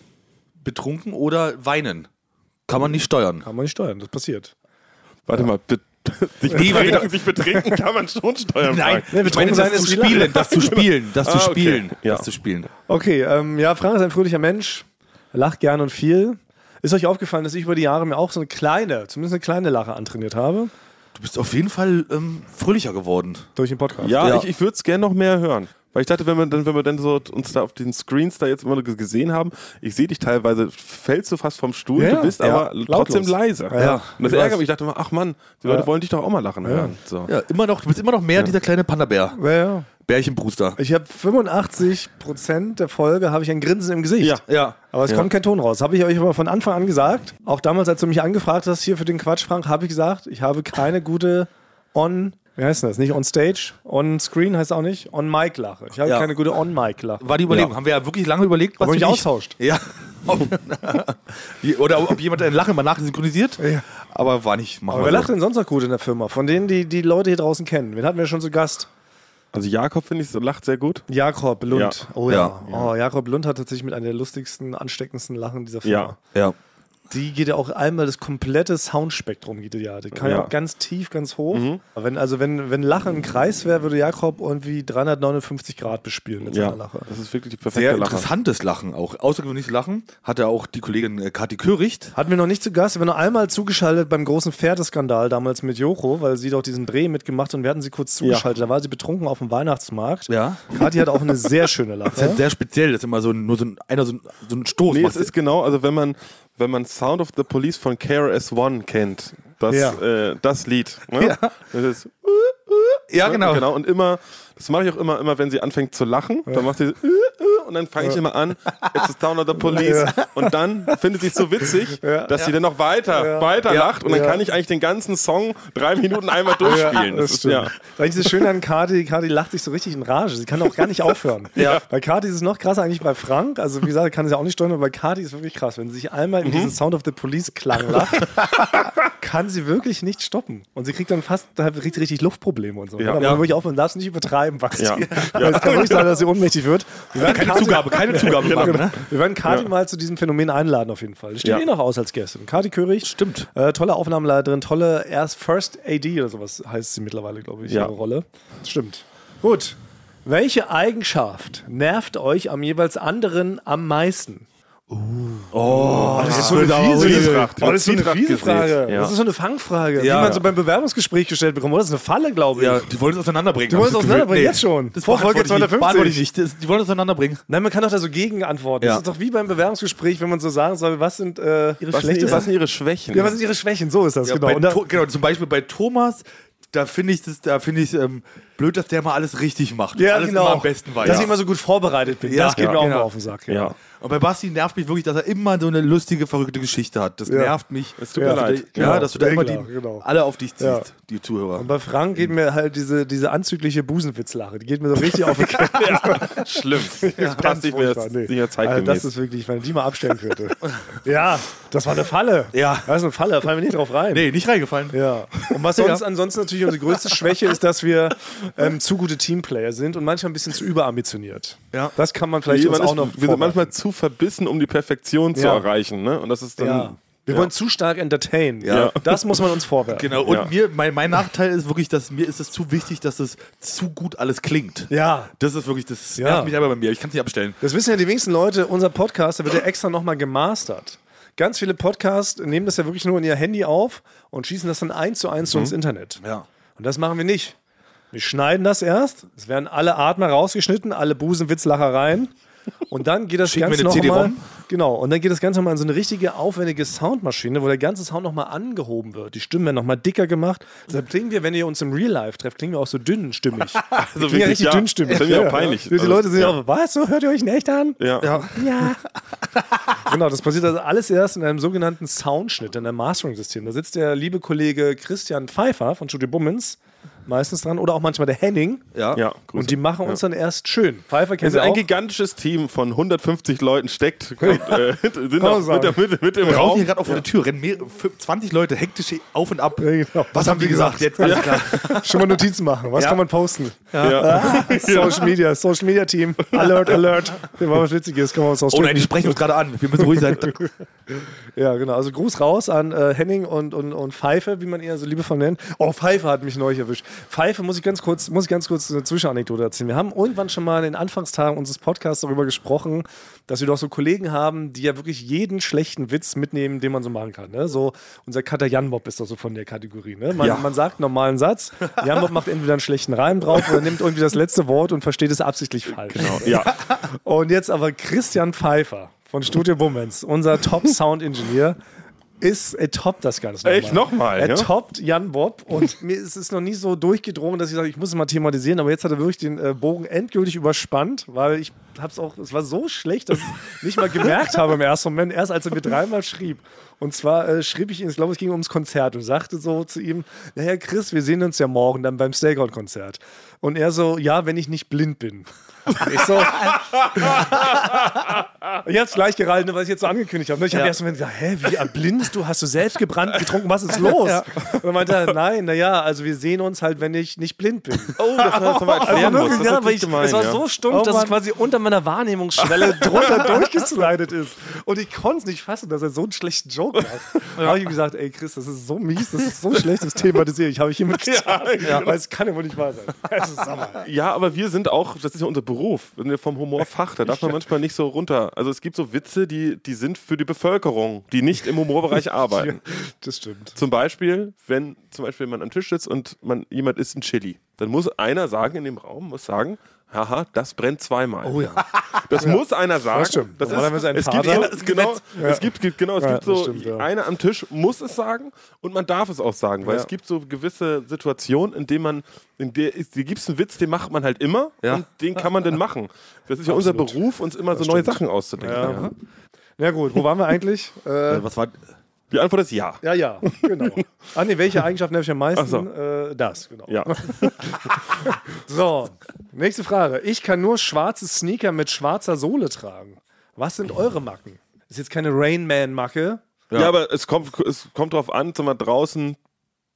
Speaker 2: betrunken oder weinen. Kann man nicht steuern.
Speaker 1: Kann man nicht steuern, das passiert.
Speaker 3: Warte mal, be sich,
Speaker 2: Nee, weil
Speaker 3: betrinken, sich betrinken kann man schon steuern. Frank.
Speaker 2: Nein,
Speaker 1: Nee,
Speaker 2: ich meine,
Speaker 1: betrunken sein
Speaker 2: das zu
Speaker 1: ist wie
Speaker 2: spielen, das zu spielen, das zu
Speaker 3: Ah, okay.
Speaker 2: spielen,
Speaker 3: Ja.
Speaker 2: das zu spielen.
Speaker 1: Okay, ähm, ja, Frank ist ein fröhlicher Mensch, lacht gern und viel. Ist euch aufgefallen, dass ich über die Jahre mir auch so eine kleine, zumindest eine kleine Lache antrainiert habe?
Speaker 2: Du bist auf jeden Fall ähm, fröhlicher geworden.
Speaker 1: Durch den Podcast.
Speaker 3: Ja,
Speaker 2: Ja.
Speaker 3: ich, ich würde es gerne noch mehr hören. Weil ich dachte, wenn wir dann, wenn wir dann so uns da auf den Screens da jetzt immer g- gesehen haben, ich sehe dich teilweise, fällst du fast vom Stuhl,
Speaker 1: Ja,
Speaker 3: du bist
Speaker 1: ja,
Speaker 3: aber
Speaker 1: lautlos.
Speaker 3: trotzdem leise.
Speaker 1: Ja, ja.
Speaker 3: Und
Speaker 1: Ich
Speaker 3: das ärgert
Speaker 1: weiß.
Speaker 3: mich. Ich dachte immer, ach Mann, die Leute wollen dich doch auch mal lachen hören. So.
Speaker 2: Ja, immer noch, du bist immer noch mehr dieser kleine Panda-Bär.
Speaker 1: Ja, ja.
Speaker 2: Bärchenbruster.
Speaker 1: Ich habe 85% der Folge habe ich ein Grinsen im Gesicht.
Speaker 3: Ja.
Speaker 2: Ja.
Speaker 1: Aber es
Speaker 3: Ja.
Speaker 1: kommt kein Ton raus. Habe ich euch aber von Anfang an gesagt. Auch damals, als du mich angefragt hast hier für den Quatsch, Frank, habe ich gesagt, ich habe keine gute On, wie heißt denn das? Nicht on Stage, on Screen heißt auch nicht, on Mic Lache. Ich habe
Speaker 2: Ja.
Speaker 1: keine gute on Mic Lache.
Speaker 2: War die Überlegung.
Speaker 3: Ja.
Speaker 2: Haben wir ja wirklich lange überlegt, was
Speaker 1: Ob man
Speaker 2: wir
Speaker 1: mich
Speaker 2: nicht-
Speaker 1: austauscht.
Speaker 2: Ja. Ob- Je- Oder ob jemand ein Lachen mal nachsynchronisiert.
Speaker 1: Ja.
Speaker 2: Aber war nicht. Machen
Speaker 1: Aber wer
Speaker 2: so.
Speaker 1: lacht denn sonst noch gut in der Firma? Von denen, die die Leute hier draußen kennen. Wen hatten wir schon zu Gast?
Speaker 3: Also Jakob, finde ich, so lacht sehr gut.
Speaker 1: Jakob Lund.
Speaker 3: Ja.
Speaker 1: Oh ja. Oh, Jakob Lund hat tatsächlich mit einer der lustigsten, ansteckendsten Lachen dieser Firma.
Speaker 3: Ja.
Speaker 2: Ja.
Speaker 1: Die geht ja auch einmal das komplette Soundspektrum, geht die ja. Die kann ja,
Speaker 3: Ja. Mhm.
Speaker 1: auch ganz tief, ganz hoch. Aber Wenn, also wenn, wenn Lachen ein Kreis wäre, würde Jakob irgendwie 359 Grad bespielen mit
Speaker 3: Ja,
Speaker 1: seiner Lache.
Speaker 3: das ist wirklich die perfekte
Speaker 2: Sehr
Speaker 3: Lache.
Speaker 2: interessantes Lachen auch. Außergewöhnliches Lachen hatte auch die Kollegin äh, Kathi Köricht.
Speaker 1: Hatten wir noch nicht zu Gast, wir waren noch einmal zugeschaltet beim großen Pferdeskandal damals mit Joko, weil sie doch diesen Dreh mitgemacht hat und wir hatten sie kurz zugeschaltet. Da war sie betrunken auf dem Weihnachtsmarkt.
Speaker 2: Ja.
Speaker 1: Kathi hat auch eine sehr schöne
Speaker 2: Das ist
Speaker 1: Lache.
Speaker 2: halt sehr speziell, dass immer so ein, nur so ein, einer so ein, so ein Stoß
Speaker 3: Nee,
Speaker 2: macht.
Speaker 3: es ist genau, also wenn man, wenn man Sound of the Police von KRS-One kennt, das,
Speaker 1: Ja.
Speaker 3: äh, das Lied. Ne?
Speaker 2: Ja.
Speaker 3: Das ist,
Speaker 2: ja, genau.
Speaker 3: genau. Und immer, Das mache ich auch immer, immer, wenn sie anfängt zu lachen. Dann macht sie so, äh, äh, und dann fange ich immer an, it's the town of the police. Und dann findet sie es so witzig, dass sie dann noch weiter, weiter lacht. Und dann
Speaker 1: Ja.
Speaker 3: kann ich eigentlich den ganzen Song drei Minuten einmal durchspielen.
Speaker 1: das stimmt.
Speaker 3: ja.
Speaker 1: Eigentlich ist es schön an Kati, Kati lacht sich so richtig in Rage. Sie kann auch gar nicht aufhören.
Speaker 3: Ja.
Speaker 1: Bei Kati ist es noch krasser eigentlich bei Frank. Also wie gesagt, kann es ja auch nicht steuern, aber bei Kati ist es wirklich krass. Wenn sie sich einmal in diesen Sound of the Police Klang lacht, kann sie wirklich nicht stoppen. Und sie kriegt dann fast da kriegt sie richtig Luftprobleme und so. ne?
Speaker 3: Ja.
Speaker 1: Da muss
Speaker 3: Ja.
Speaker 1: man wirklich aufpassen, man darf es nicht übertreiben, Basti.
Speaker 3: Ja.
Speaker 1: Weil Es kann wirklich sein, dass sie ohnmächtig wird. Wir werden
Speaker 2: Keine
Speaker 1: Kati-
Speaker 2: Zugabe, keine Zugabe machen, ne?
Speaker 1: Wir werden Kati mal zu diesem Phänomen einladen auf jeden Fall. Die Steht
Speaker 3: Ja.
Speaker 1: eh noch aus als Gästin. Kati Körig.
Speaker 2: Stimmt.
Speaker 1: Äh, tolle Aufnahmenleiterin, tolle erst First AD oder sowas heißt sie mittlerweile, glaube ich,
Speaker 3: Ja.
Speaker 1: ihre Rolle. Stimmt. Gut. Welche Eigenschaft nervt euch am jeweils anderen am meisten? Oh, das ist so eine
Speaker 3: aber
Speaker 1: fiese
Speaker 3: fiese
Speaker 1: Frage.
Speaker 3: Frage.
Speaker 1: Oh, das ist so eine
Speaker 3: Zwietracht
Speaker 1: fiese
Speaker 3: gesät.
Speaker 1: Frage.
Speaker 3: Ja.
Speaker 1: Das ist so eine Fangfrage,
Speaker 2: Ja.
Speaker 1: die man so beim Bewerbungsgespräch gestellt bekommt. Oh, das ist eine Falle, glaube ich.
Speaker 2: Ja, die wollen es auseinanderbringen.
Speaker 1: Die wollen
Speaker 2: hab
Speaker 1: es
Speaker 2: ich das Gefühl.
Speaker 1: auseinanderbringen, jetzt schon.
Speaker 2: Das
Speaker 1: Vor Folge
Speaker 2: beantworte ich nicht.
Speaker 1: 250.
Speaker 2: Beantworte ich nicht. Das, die wollen es auseinanderbringen.
Speaker 1: Nein, man kann doch da so gegen antworten.
Speaker 2: Ja.
Speaker 1: Das ist doch wie beim Bewerbungsgespräch, wenn man so sagen soll, was sind äh, ihre
Speaker 3: Was, sind,
Speaker 1: schlechte
Speaker 3: was
Speaker 1: Sachen?
Speaker 3: sind ihre Schwächen?
Speaker 1: Ja, was sind ihre Schwächen? So ist das,
Speaker 2: Ja,
Speaker 1: genau.
Speaker 2: bei
Speaker 1: Und da-
Speaker 2: To- genau. Zum Beispiel bei Thomas, da finde ich das, da finde ich ähm, blöd, dass der mal alles richtig macht.
Speaker 1: Ja,
Speaker 2: alles
Speaker 1: genau.
Speaker 2: immer am besten weiß.
Speaker 1: Dass ich immer so gut vorbereitet bin.
Speaker 2: Ja,
Speaker 1: das geht
Speaker 2: ja,
Speaker 1: mir auch
Speaker 2: genau.
Speaker 1: mal auf den Sack.
Speaker 3: ja.
Speaker 2: Und bei Basti nervt mich wirklich, dass er immer so eine lustige, verrückte Geschichte hat. Das
Speaker 1: Ja.
Speaker 2: nervt mich.
Speaker 3: Es tut mir
Speaker 2: dass du
Speaker 3: leid.
Speaker 2: da- Ja,
Speaker 1: Genau.
Speaker 2: dass du da immer die,
Speaker 1: Regler, genau.
Speaker 2: alle auf dich ziehst,
Speaker 1: Ja.
Speaker 2: die Zuhörer.
Speaker 1: Und bei Frank geht mir halt diese, diese anzügliche Busenwitzlache, die geht mir so richtig auf den Kern.
Speaker 3: Schlimm. Das passt nicht mehr,
Speaker 1: Furchtbar,
Speaker 3: das,
Speaker 1: nee.
Speaker 3: nicht mehr
Speaker 1: also
Speaker 3: zeitgemäß.
Speaker 1: das ist wirklich, wenn die mal abstellen könnte. ja, das war eine Falle.
Speaker 2: Ja.
Speaker 1: Das ist eine Falle, da fallen wir nicht drauf rein.
Speaker 2: Nee, nicht reingefallen.
Speaker 1: Ja. Und was sonst ansonsten natürlich unsere größte Schwäche ist, dass wir ähm, zu gute Teamplayer sind und manchmal ein bisschen zu überambitioniert.
Speaker 2: Ja.
Speaker 1: Das kann man vielleicht
Speaker 3: Nee,
Speaker 1: uns
Speaker 3: man
Speaker 1: auch
Speaker 3: ist,
Speaker 1: noch
Speaker 3: wir sind
Speaker 1: vorwerfen.
Speaker 3: manchmal zu verbissen, um die Perfektion zu
Speaker 1: Ja.
Speaker 3: erreichen. Ne? Und das ist dann.
Speaker 1: ja. Wir wollen zu stark entertainen.
Speaker 3: Ja.
Speaker 1: Das muss man uns vorwerfen.
Speaker 2: Genau. Und
Speaker 3: Ja.
Speaker 2: mir, mein, mein Nachteil ist wirklich, dass mir ist es zu wichtig, dass es zu gut alles klingt.
Speaker 1: Ja.
Speaker 2: Das ist wirklich, das
Speaker 1: Ja.
Speaker 2: nervt mich aber bei mir. Ich kann es nicht abstellen.
Speaker 1: Das wissen ja die wenigsten Leute, unser Podcast, der wird ja extra nochmal gemastert. Ganz viele Podcasts nehmen das ja wirklich nur in ihr Handy auf und schießen das dann eins zu eins so ins Internet.
Speaker 2: Ja.
Speaker 1: Und das machen wir nicht. Wir schneiden das erst, es werden alle Atmer rausgeschnitten, alle Busenwitzlachereien. Und dann geht das
Speaker 2: Schicken wir
Speaker 1: Ganze
Speaker 2: eine CD
Speaker 1: nochmal.
Speaker 2: rum.
Speaker 1: Genau, und dann geht das Ganze nochmal in so eine richtige aufwendige Soundmaschine, wo der ganze Sound nochmal angehoben wird. Die Stimmen werden nochmal dicker gemacht. Deshalb klingen wir, wenn ihr uns im Real Life trefft, klingen wir auch so dünnstimmig. also
Speaker 3: wirklich, ja. Das ist mir auch peinlich.
Speaker 1: Die
Speaker 3: Also,
Speaker 1: Leute sind ja
Speaker 3: ja.
Speaker 1: auch, was? So hört ihr euch in echt an?
Speaker 3: Ja.
Speaker 1: Ja. genau, das passiert also alles erst in einem sogenannten Soundschnitt, in einem Mastering-System. Da sitzt der liebe Kollege Christian Pfeiffer von Studio Bummens meistens dran oder auch manchmal der Henning.
Speaker 2: Ja.
Speaker 3: Ja, Grüße.
Speaker 1: Und die machen uns dann erst schön. Pfeiffer kennt
Speaker 3: Also
Speaker 1: ihr
Speaker 3: ein
Speaker 1: auch.
Speaker 3: gigantisches Team von 150 Leuten steckt und, äh, sind
Speaker 1: man
Speaker 3: auch mit, der- mit, mit im
Speaker 2: Wir laufen hier
Speaker 3: Raum.
Speaker 2: gerade auf vor der Tür, rennen mehr, 20 Leute hektisch auf und ab.
Speaker 1: Ja, genau.
Speaker 2: Was haben die gesagt? Jetzt alles klar.
Speaker 1: Schon mal Notizen machen. Was
Speaker 2: Ja.
Speaker 1: kann man posten?
Speaker 3: Ja.
Speaker 1: Ah, Social Media, Social Media Team. Alert, Alert. Wir machen was Witziges. Können wir uns
Speaker 2: Oh
Speaker 1: ausdrücken.
Speaker 2: nein, die sprechen uns gerade an. Wir müssen ruhig sein.
Speaker 1: Ja, genau. Also Gruß raus an äh, Henning und, und, und Pfeife, wie man ihn ja so liebevoll nennt. Oh, Pfeife hat mich neulich erwischt. Pfeife, muss ich ganz kurz, muss ich ganz kurz eine Zwischenanekdote erzählen. Wir haben irgendwann schon mal in den Anfangstagen unseres Podcasts darüber gesprochen, dass wir doch so Kollegen haben, die ja wirklich jeden schlechten Witz mitnehmen, den man so machen kann. Ne? So unser Kater Janbob ist doch so von der Kategorie. Ne? Man,
Speaker 2: Ja.
Speaker 1: man sagt einen normalen Satz, Janbob macht entweder einen schlechten Reim drauf oder nimmt irgendwie das letzte Wort und versteht es absichtlich falsch. Genau.
Speaker 3: Ja.
Speaker 1: Und jetzt aber Christian Pfeiffer von Studio Bummens, unser Top Sound Engineer, ist, er toppt das Ganze
Speaker 3: Echt nochmal,
Speaker 1: Er
Speaker 3: ja?
Speaker 1: toppt Jan Bob und mir ist es noch nie so durchgedrungen, dass ich sage, ich muss es mal thematisieren, aber jetzt hat er wirklich den äh, Bogen endgültig überspannt, weil ich hab's auch, es war so schlecht, dass ich es nicht mal gemerkt habe im ersten Moment, erst als er mir dreimal schrieb. Und zwar äh, schrieb ich ihm, ich glaube, es ging ums Konzert und sagte so zu ihm, naja, Chris, wir sehen uns ja morgen dann beim Stakeout-Konzert. Und er so, ja, wenn ich nicht blind bin. Ich so, ich hab's gleich gereilt, ne, weil ich jetzt so angekündigt habe. ne? Ich habe erst mal gedacht, hä, wie erblindest du? Hast du selbst gebrannt getrunken? Was ist los? Und dann meinte er, nein, naja, also wir sehen uns halt, wenn ich nicht blind bin.
Speaker 3: Oh, das war nochmal erklären
Speaker 1: Also wirklich,
Speaker 3: muss. Das
Speaker 1: ja,
Speaker 3: ist
Speaker 1: weil
Speaker 3: nicht
Speaker 1: ich,
Speaker 3: gemein,
Speaker 1: es war
Speaker 3: ja.
Speaker 1: so stumpf,
Speaker 3: Oh,
Speaker 1: dass es
Speaker 3: Mann.
Speaker 1: quasi unter meiner Wahrnehmungsschwelle drunter durchgeslidet ist. Und ich konnte es nicht fassen, dass er so einen schlechten Joke macht. Da habe ich ihm gesagt, ey Chris, das ist so mies, das ist so schlecht, das thematisiere ich. Habe ich hiermit getan. Weil es kann ja wohl nicht wahr sein. Es ist Sommer.
Speaker 3: Ja, aber wir sind auch, das ist ja unser Beruf, wir sind ja vom Humorfach, da darf man manchmal nicht so runter. Also es gibt so Witze, die, die sind für die Bevölkerung, die nicht im Humorbereich arbeiten.
Speaker 1: Das stimmt.
Speaker 3: Zum Beispiel, wenn zum Beispiel man am Tisch sitzt und man, jemand isst ein Chili, dann muss einer sagen in dem Raum, muss sagen, haha, das brennt zweimal.
Speaker 1: Oh ja.
Speaker 3: Das muss einer sagen.
Speaker 1: Das stimmt.
Speaker 3: Das ist,
Speaker 1: Normalerweise ein
Speaker 3: es gibt,
Speaker 1: Vater.
Speaker 3: ja, es, genau, es gibt, gibt genau, es
Speaker 1: Ja,
Speaker 3: gibt
Speaker 1: das
Speaker 3: so
Speaker 1: stimmt, ja.
Speaker 3: einer am Tisch muss es sagen und man darf es auch sagen, weil
Speaker 1: Ja.
Speaker 3: es gibt so gewisse Situationen, in denen man in der ist- die gibt es einen Witz, den macht man halt immer
Speaker 2: Ja.
Speaker 3: und den kann man denn machen. Das ist ja unser Beruf, uns immer so neue Sachen auszudenken.
Speaker 1: Ja.
Speaker 3: Ja.
Speaker 1: Na gut, wo waren wir eigentlich? Äh,
Speaker 2: Äh, Was war.
Speaker 3: Die Antwort ist ja.
Speaker 1: ja, ja, genau. Ah nee, welche Eigenschaften habe ich am meisten?
Speaker 3: Ach so.
Speaker 1: Äh, das, genau.
Speaker 3: Ja.
Speaker 1: So, nächste Frage. Ich kann nur schwarze Sneaker mit schwarzer Sohle tragen. Was sind eure Macken? Ist jetzt keine Rain Man-Macke.
Speaker 3: Ja. aber es kommt, es kommt drauf an, sag mal, draußen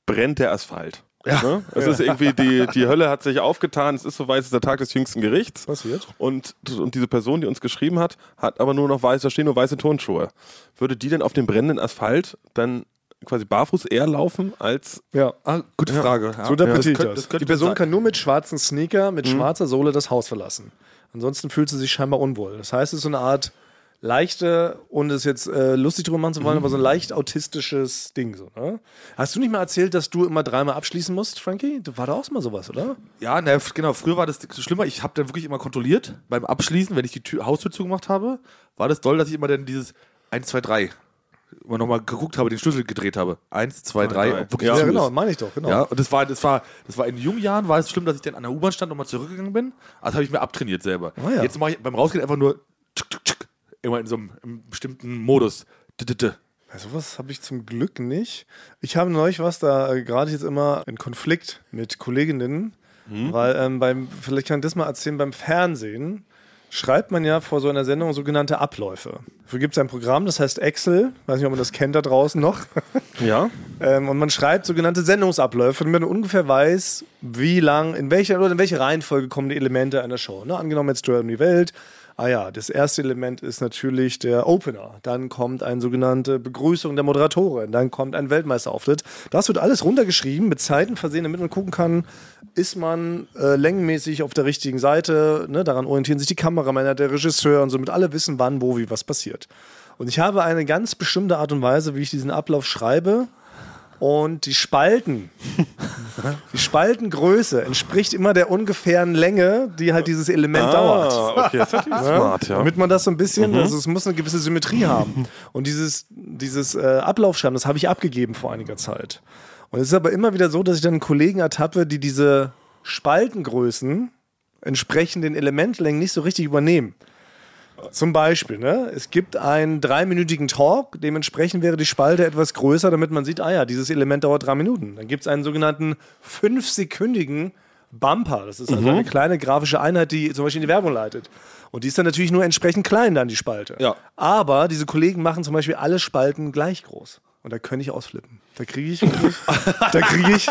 Speaker 3: brennt der Asphalt. Ne? Es ist irgendwie, die, die Hölle hat sich aufgetan, es ist soweit, es ist der Tag des jüngsten Gerichts.
Speaker 1: Passiert.
Speaker 3: Und, und diese Person, die uns geschrieben hat, hat aber nur noch weiße, da stehen nur weiße Tonschuhe. Würde die denn auf dem brennenden Asphalt dann quasi barfuß eher laufen als.
Speaker 1: Ja.
Speaker 2: Ah, gute Frage. Ja.
Speaker 1: So der Petit
Speaker 2: könnte-
Speaker 1: das.
Speaker 2: könnte
Speaker 1: Die Person
Speaker 2: sein. Mhm.
Speaker 1: kann nur mit schwarzen Sneaker, mit schwarzer Sohle das Haus verlassen. Ansonsten fühlt sie sich scheinbar unwohl. Das heißt, es ist so eine Art leichte, ohne es jetzt äh, lustig drüber machen zu
Speaker 2: Mhm.
Speaker 1: wollen, aber so ein leicht autistisches Ding. So, ne? Hast du nicht mal erzählt, dass du immer dreimal abschließen musst, Frankie? Du war da auch mal sowas, oder?
Speaker 2: Ja, na, f- genau. Früher war das schlimmer. Ich habe dann wirklich immer kontrolliert beim Abschließen, wenn ich die Tür, Haustür zugemacht habe, war das doll, dass ich immer dann dieses 1, 2, 3 immer nochmal geguckt habe, den Schlüssel gedreht habe. 1, 2, 3. ob wirklich
Speaker 3: Ja,
Speaker 2: zu ist.
Speaker 1: genau, meine ich doch, genau.
Speaker 2: Ja, und das war, das war, das war in jungen Jahren war es schlimm, dass ich dann an der U-Bahn stand und mal zurückgegangen bin. Also habe ich mir abtrainiert selber.
Speaker 1: Ah, ja.
Speaker 2: Jetzt mache ich beim Rausgehen einfach nur tschk, tschk, tschk, immer in so einem, im bestimmten Modus. D -d -d.
Speaker 1: Ja, Sowas habe ich zum Glück nicht. Ich habe neulich was da äh, gerade jetzt immer in Konflikt mit Kolleginnen, weil ähm, beim, vielleicht kann ich das mal erzählen, beim Fernsehen schreibt man ja vor so einer Sendung sogenannte Abläufe. Dafür gibt es ein Programm, das heißt Excel, weiß nicht, ob man das kennt da draußen noch.
Speaker 3: Ja?
Speaker 1: Ähm, und man schreibt sogenannte Sendungsabläufe, damit man ungefähr weiß, wie lang, in welcher oder in welche Reihenfolge kommen die Elemente einer Show. Ne? Angenommen, jetzt Duell um die Welt. Ah ja, das erste Element ist natürlich der Opener. Dann kommt eine sogenannte Begrüßung der Moderatorin. Dann kommt ein Weltmeisterauftritt. Das wird alles runtergeschrieben, mit Zeiten versehen, damit man gucken kann, ist man äh, längenmäßig auf der richtigen Seite. Ne? Daran orientieren sich die Kameramänner, der Regisseur und somit alle wissen, wann, wo, wie was passiert. Und ich habe eine ganz bestimmte Art und Weise, wie ich diesen Ablauf schreibe. Und die Spalten, die Spaltengröße entspricht immer der ungefähren Länge, die halt dieses Element dauert.
Speaker 3: Ah, okay, das ist natürlich smart, ja. Mhm.
Speaker 1: Damit man das so ein bisschen, also es muss eine gewisse Symmetrie haben. Und dieses, dieses äh, Ablaufschreiben, das habe ich abgegeben vor einiger Zeit. Und es ist aber immer wieder so, dass ich dann Kollegen ertappe, die diese Spaltengrößen entsprechend den Elementlängen nicht so richtig übernehmen. Zum Beispiel, ne? es gibt einen dreiminütigen Talk, dementsprechend wäre die Spalte etwas größer, damit man sieht, ah ja, dieses Element dauert drei Minuten. Dann gibt es einen sogenannten fünfsekündigen Bumper. Das ist also
Speaker 3: Mhm.
Speaker 1: eine kleine grafische Einheit, die zum Beispiel in die Werbung leitet. Und die ist dann natürlich nur entsprechend klein, dann die Spalte.
Speaker 2: Ja.
Speaker 1: Aber diese Kollegen machen zum Beispiel alle Spalten gleich groß. Und da könnte ich ausflippen. Da kriege ich, da kriege ich,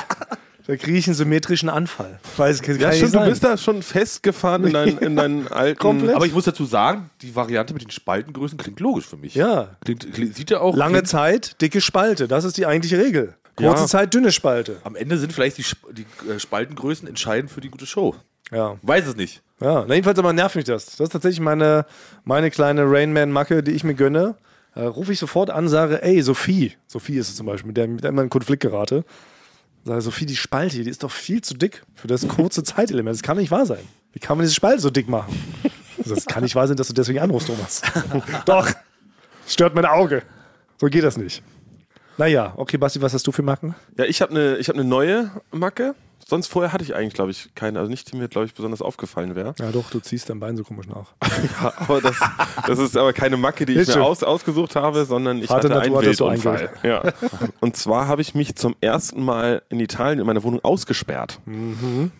Speaker 1: da kriege ich einen symmetrischen Anfall. Ich weiß, kann,
Speaker 3: ja,
Speaker 1: kann
Speaker 3: stimmt,
Speaker 1: nicht
Speaker 3: du
Speaker 1: sein.
Speaker 3: bist da schon festgefahren in deinen, in deinen alten.
Speaker 1: Komplett.
Speaker 2: Aber ich muss dazu sagen, die Variante mit den Spaltengrößen klingt logisch für mich.
Speaker 1: Ja.
Speaker 2: Klingt, klingt, sieht ja auch.
Speaker 1: Lange
Speaker 2: klingt,
Speaker 1: Zeit, dicke Spalte. Das ist die eigentliche Regel. Kurze
Speaker 3: Ja.
Speaker 1: Zeit, dünne Spalte.
Speaker 2: am Ende sind vielleicht die, Sp- die äh, Spaltengrößen entscheidend für die gute Show.
Speaker 1: Ja.
Speaker 2: Weiß es nicht.
Speaker 1: ja. Na, jedenfalls aber nervt mich das. Das ist tatsächlich meine, meine kleine Rainman-Macke, die ich mir gönne. Äh, Rufe ich sofort an, sage, ey, Sophie. Sophie ist es zum Beispiel, mit der, mit der immer in Konflikt gerate. Sage, Sophie, die Spalte hier, die ist doch viel zu dick für das kurze Zeitelement. Das kann nicht wahr sein. Wie kann man diese Spalte so dick machen? Also, Das kann nicht wahr sein, dass du deswegen anrufst, Thomas. doch. Stört mein Auge. So geht das nicht. Naja, okay, Basti, was hast du für Macken?
Speaker 3: Ja, ich habe eine hab ne neue Macke. Sonst vorher hatte ich eigentlich, glaube ich, keine. Also nicht, die mir, glaube ich, besonders aufgefallen wäre.
Speaker 1: Ja, doch, du ziehst dein Bein so komisch nach.
Speaker 3: Ja, aber das, das ist aber keine Macke, die ich
Speaker 1: Ist
Speaker 3: mir
Speaker 1: schon.
Speaker 3: aus, ausgesucht habe, sondern ich
Speaker 1: Vater
Speaker 3: hatte einen
Speaker 1: Natur hat das so
Speaker 3: Wildunfall. Ja. Und zwar habe ich mich zum ersten Mal in Italien in meiner Wohnung ausgesperrt.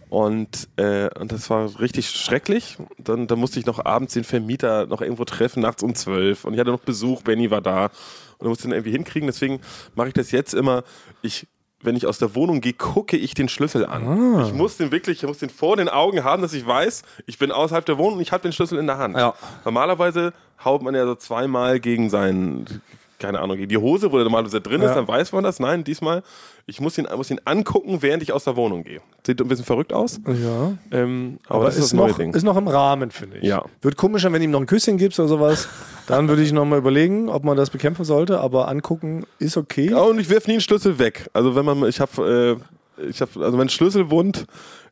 Speaker 3: Und, äh, und das war richtig schrecklich. Dann, dann musste ich noch abends den Vermieter noch irgendwo treffen, nachts um zwölf. Und ich hatte noch Besuch, Benny war da. Und da musste ich ihn irgendwie hinkriegen. Deswegen mache ich das jetzt immer. Ich, wenn ich aus der Wohnung gehe, gucke ich den Schlüssel an. Ich muss den wirklich, ich muss den vor den Augen haben, dass ich weiß, ich bin außerhalb der Wohnung und ich habe den Schlüssel in der Hand.
Speaker 2: Ja.
Speaker 3: Normalerweise haut man ja so zweimal gegen seinen, keine Ahnung, gegen die Hose, wo der normalerweise drin ist,
Speaker 1: Ja.
Speaker 3: dann weiß man das. Nein, diesmal, ich muss ihn, muss ihn angucken, während ich aus der Wohnung gehe. Sieht ein bisschen verrückt aus,
Speaker 1: Ja.
Speaker 3: ähm, aber,
Speaker 1: Aber
Speaker 3: das ist, das neue
Speaker 1: noch,
Speaker 3: Ding.
Speaker 1: ist noch im Rahmen, finde ich.
Speaker 3: Ja.
Speaker 1: Wird komischer, wenn du ihm noch ein Küsschen gibst oder sowas. Dann würde ich nochmal überlegen, ob man das bekämpfen sollte, aber angucken ist okay.
Speaker 3: Ja, und ich wirf nie einen Schlüssel weg. Also wenn man, ich habe, äh, ich habe, also mein Schlüsselwund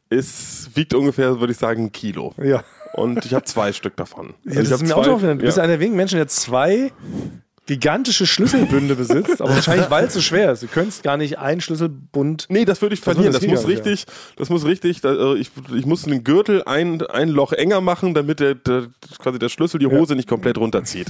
Speaker 3: Es wiegt ungefähr, würde ich sagen, ein Kilo.
Speaker 1: Ja.
Speaker 3: Und ich habe zwei Stück davon.
Speaker 1: Ja, das
Speaker 3: Also ich hab
Speaker 1: ist mir auch
Speaker 3: zwei-
Speaker 1: so aufgefallen. Du bist
Speaker 3: ja.
Speaker 1: einer der wenigen Menschen, der zwei gigantische Schlüsselbünde besitzt, aber wahrscheinlich, weil es so schwer ist. Du könntest gar nicht einen Schlüsselbund.
Speaker 3: Nee, das würde ich
Speaker 1: wird
Speaker 3: verlieren.
Speaker 1: das
Speaker 3: Das, muss
Speaker 1: Liga, ja.
Speaker 3: richtig, das muss richtig, da, äh, ich, ich muss den Gürtel ein, ein Loch enger machen, damit der, der, quasi der Schlüssel die Hose nicht komplett runterzieht.